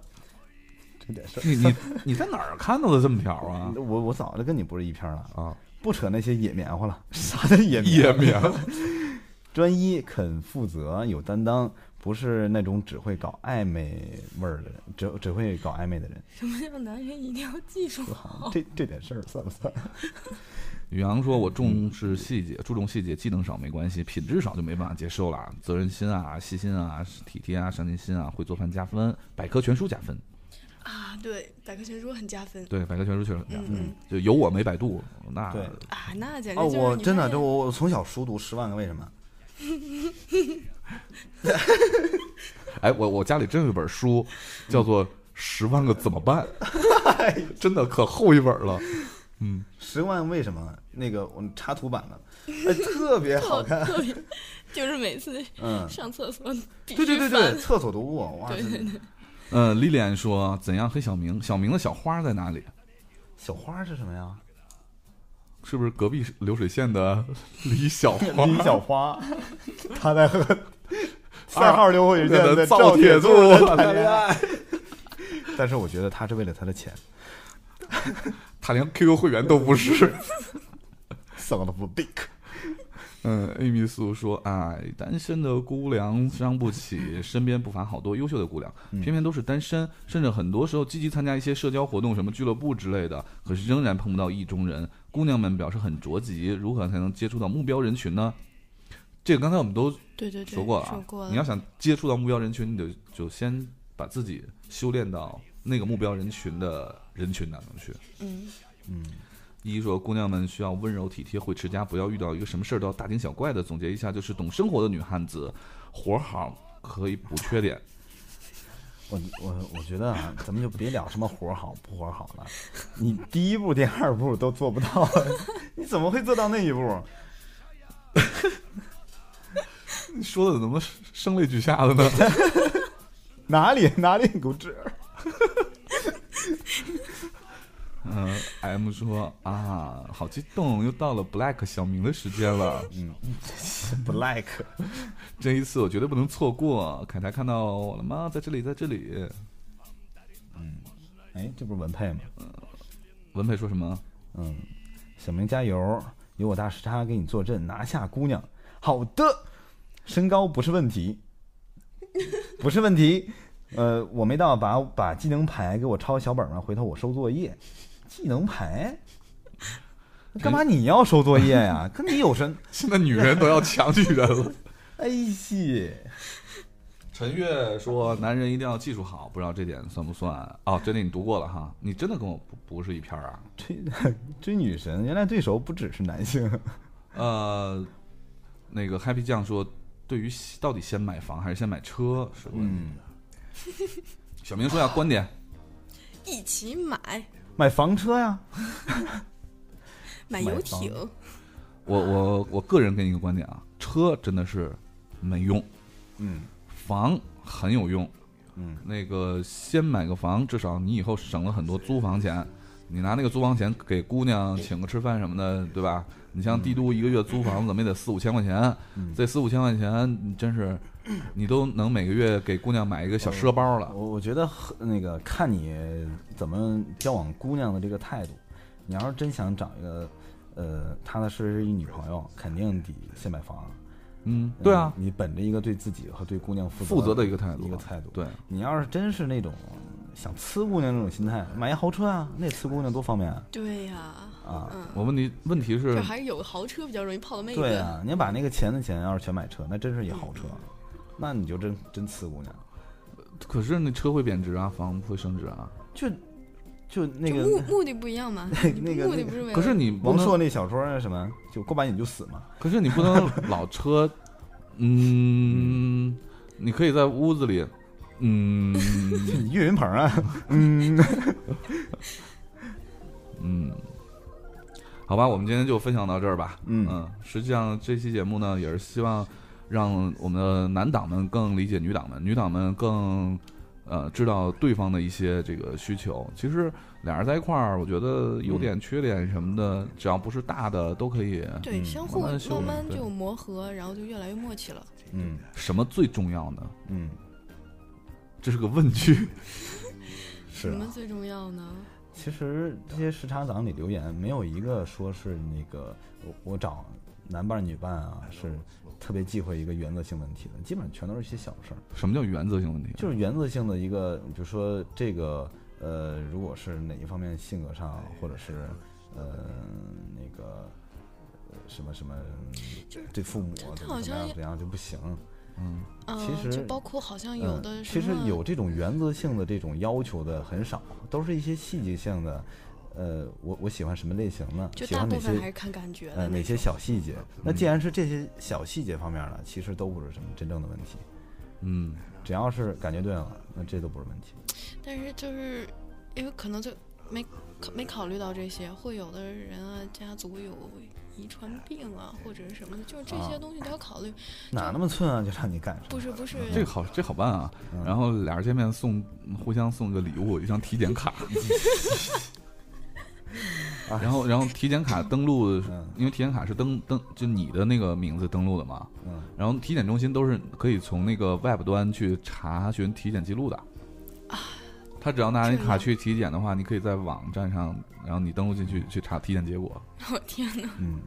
这点事儿，你你你在哪儿看到的这么条啊？我我早就跟你不是一篇了。啊，不扯那些野棉花了， 啥叫野棉花？棉专一、肯负责、有担当，不是那种只会搞暧昧味儿的人，只只会搞暧昧的人。什么叫男人一定要技术好？这这点事儿算不算？宇阳说：“我重视细节，注重细节，技能少没关系，品质少就没办法接受了。责任心啊，细心啊，体贴啊，上进心啊，会做饭加分，百科全书加分。啊，对，百科全书很加分。对，百科全书确实加分，嗯就有我没百度，那对啊，那简直哦，就是我你真发的，现这我我从小熟读《十万个为什么》。哎，我我家里真有一本书， 叫做《十万个怎么办》， 真的可厚一本了。 《十万为什么》那个我们插图版的，哎，特别好看。特别，就是每次嗯，上厕所必须对 对对翻对，厕所读物，哇，对这呃，莉莉安说：“怎样黑小明？小明的小花在哪里？啊小花是什么呀？是不是隔壁流水线的李小花？啊李小花， 她在和三三号号流水线线的的赵赵铁铁柱柱谈恋谈恋爱爱，但是我觉得他是为了他的钱，他连 QQ 会员都不是。” son of a bitch。嗯，Amy 苏说：“哎，单身的姑娘伤不起，身边不乏好多优秀的姑娘，偏偏都是单身，甚至很多时候积极参加一些社交活动，什么俱乐部之类的，可是仍然碰不到意中人。姑娘们表示很着急，如何才能接触到目标人群呢？这个刚才我们都对对对，说过了啊，说过了。你要想接触到目标人群，你就就先把自己修炼到那个目标人群的人群当中去。嗯，嗯，一说姑娘们需要温柔体贴、会持家，不要遇到一个什么事儿都要大惊小怪的。总结一下，就是懂生活的女汉子，活好可以补缺点。我我我觉得啊，咱们就别聊什么活好不活好 了，你第一步、第二步都做不到，你怎么会做到那一步？你 说的怎么声泪俱下的呢？哪里哪里骨折？嗯、m 说啊，好激动，又到了 Black 小明的时间了，嗯，black，这一次我绝对不能错过。凯台看到我了吗？在这里，在这里。哎，这不是文佩吗？文佩说什么？嗯，小明加油，有我大时差给你坐镇，拿下姑娘。 好的，身高不是问题，不是问题，呃，我没到把把技能牌给我抄小本上，回头我收作业。技能牌，那干嘛你要收作业呀？跟你有什么？ 现在女人都要强女人了。哎西， 陈月说：“男人一定要技术好，不知道这点算不算？哦，真的你读过了哈，你真的跟我不不是一片儿啊。追追女神，原来对手不只是男性。呃，那个 Happy 酱说，对于到底先买房还是先买车是个问题。嗯，小明说要观点，一起买买房车呀，买买游房艇，我我我个人给你一个观点啊，车真的是没用，嗯房很有用。嗯，那个先买个房，至少你以后省了很多租房钱。你拿那个租房钱给姑娘请个吃饭什么的，对吧？你像帝都一个月租房怎么也得四五千块钱，嗯这四五千块钱你真是，你都能每个月给姑娘买一个小奢包了。我我觉得和那个看你怎么交往姑娘的这个态度，你要是真想找一个呃踏踏实实一女朋友，肯定得先买房。嗯，对啊，嗯你本着一个对自己和对姑娘负责负责的一个态度啊一个态度。，对，你要是真是那种想呲姑娘那种心态，买一豪车啊，那呲姑娘多方便啊！对呀、嗯啊我问题问题，就是还是有个豪车比较容易泡到妹子。对啊，你把那个钱的钱要是全买车，那真是一豪车，那你就真真呲姑娘，可是那车会贬值啊，房会升值啊。就就那就个目目的不一样嘛，你 那个目那的个不是为了可是你不王朔能，那小说那什么，就过把瘾就死嘛。可是你不能老车，嗯，你可以在屋子里，嗯你 岳云鹏啊，嗯，好吧，我们今天就分享到这儿吧。嗯实际上这期节目呢，也是希望让我们的男党们更理解女党们，女党们更呃知道对方的一些这个需求。其实俩人在一块儿，我觉得优点、缺点什么的，只要不是大的，都可以。对嗯相互慢慢慢修嘛慢对就磨合，然后就越来越默契了。嗯什么最重要呢？嗯，这是个问句。是什么啊。最重要呢？其实这些时差党里留言，没有一个说是那个我我找男伴女伴啊，是特别忌讳一个原则性问题的，基本上全都是一些小事儿，什么叫原则性问题？就是原则性的一个，比如说这个呃，如果是哪一方面性格上，或者是呃那个。呃什么什么就是，对父母啊这怎好么怎么像样怎么样就不行。嗯，嗯、其实就包括好像有嗯，的什其么，实有这种原则性的这种要求的很少，都是一些细节性的。呃，我我喜欢什么类型呢？就喜大欢部哪分还是些？看感觉呃，的那哪些种。小细节？那既然是这些小细节方面呢，其实都不是什么真正的问题。嗯，只要是感觉对了，那这都不是问题。但是就是因为可能就没考没考虑到这些，会有的人啊家族有遗传病啊或者什么的，就是这啊些东西都要考虑。哪那么寸啊，就让你干不是不是，这个好，这好办啊。嗯然后俩人见面送，互相送个礼物，一张体检卡。 哎然后，然后体检卡登录嗯，因为体检卡是登登就你的那个名字登录的嘛。嗯。然后体检中心都是可以从那个 Web 端去查询体检记录的。他只要拿你这卡样去体检的话，你可以在网站上，然后你登录进去去查体检结果。我天哪！嗯，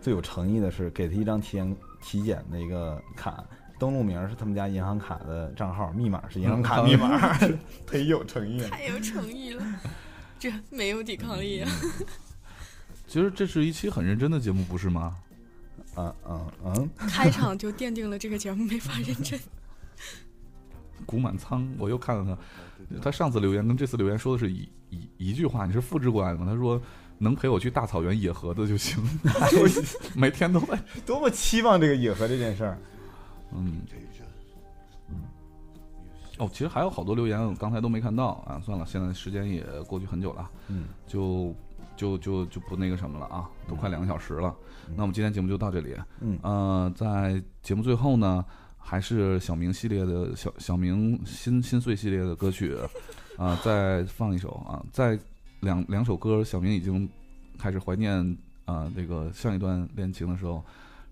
最有诚意的是给他一张体检体检的一个卡，登录名是他们家银行卡的账号，密码是银行卡密 码，嗯忒有诚意了。太有诚意了，这没有抵抗力啊！其实这是一期很认真的节目，不是吗？嗯嗯嗯，开场就奠定了这个节目没法认真。古满仓，我又看了他，他上次留言跟这次留言说的是一一一句话，你是复制过来的吗？他说能陪我去大草原野河的就行，每天都在。多么期望这个野合这件事儿。嗯，哦，其实还有好多留言我刚才都没看到啊，算了，现在时间也过去很久了，嗯，就就就就不那个什么了啊，都快两个小时了。那我们今天节目就到这里。嗯呃，在节目最后呢，还是小明系列的小小明心心碎系列的歌曲啊、再放一首啊，在两两首歌，小明已经开始怀念啊、这个上一段恋情的时候，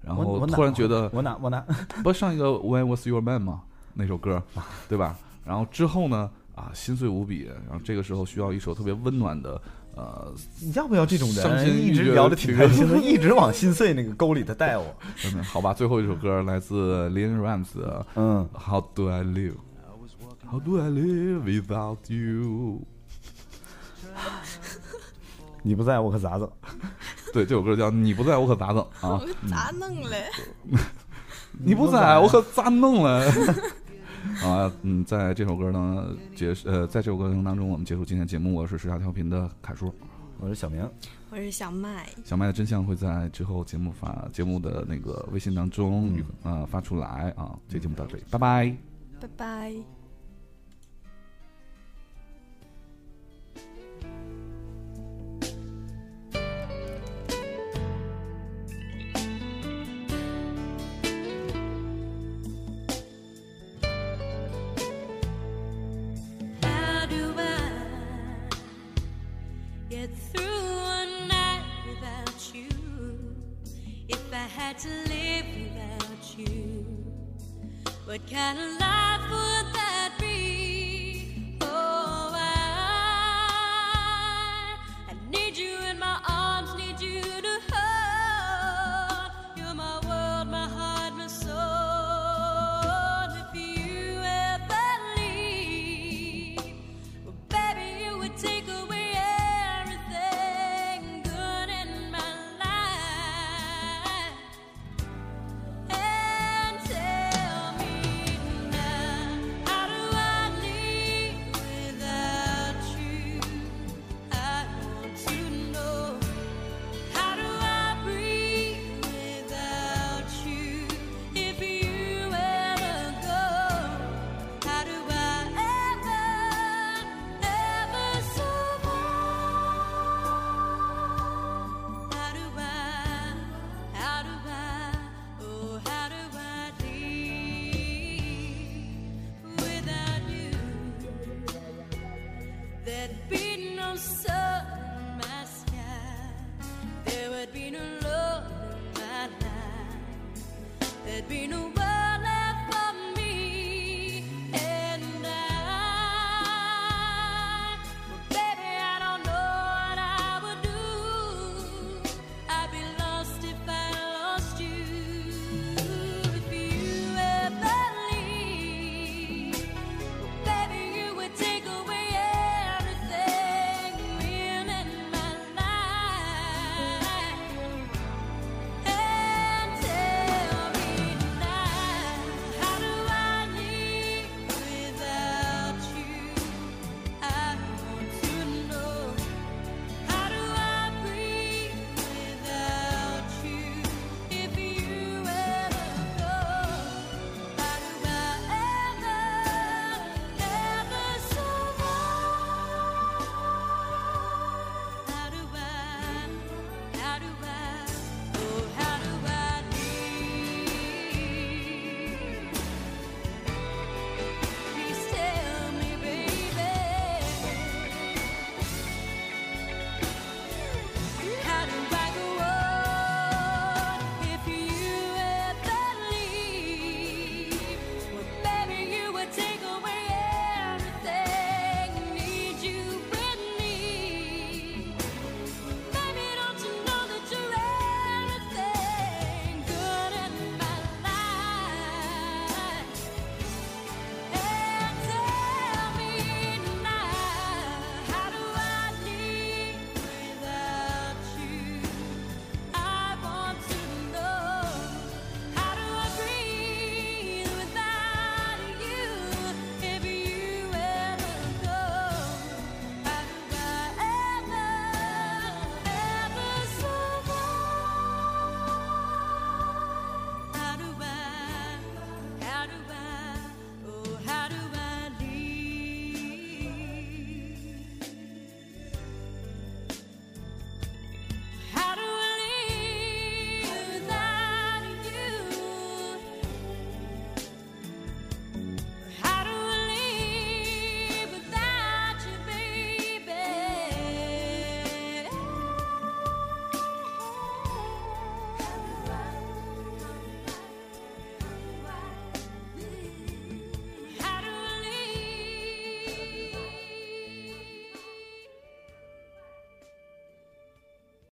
然我后我哪突然觉 得我哪我哪，不是上一个 When Was Your Man 嘛那首歌，对吧？然后之后呢啊心碎无比，然后这个时候需要一首特别温暖的呃，你要不要这种伤心人？一欲绝直聊得挺开心的，一直往心碎那个沟里头带我。真的好吧，最后一首歌来自 Lin Rams 的嗯， How Do I Live。 How do I live without you？你不在我可咋整？对，这首歌叫《你不在我可咋整》啊 我！咋弄嘞？你不在我可咋弄了？ 啊，嗯，在这首歌呢结束呃，在这首歌当中，我们结束今天节目。我是时下调频的凯叔，我是小明，我是小麦，小麦的真相会在之后节目发节目的那个微信当中嗯啊、呃发出来啊。这节目到这里，拜拜。拜拜。 How do I get through a night without you? If I had to live without you, what kind of life? Oh, oh,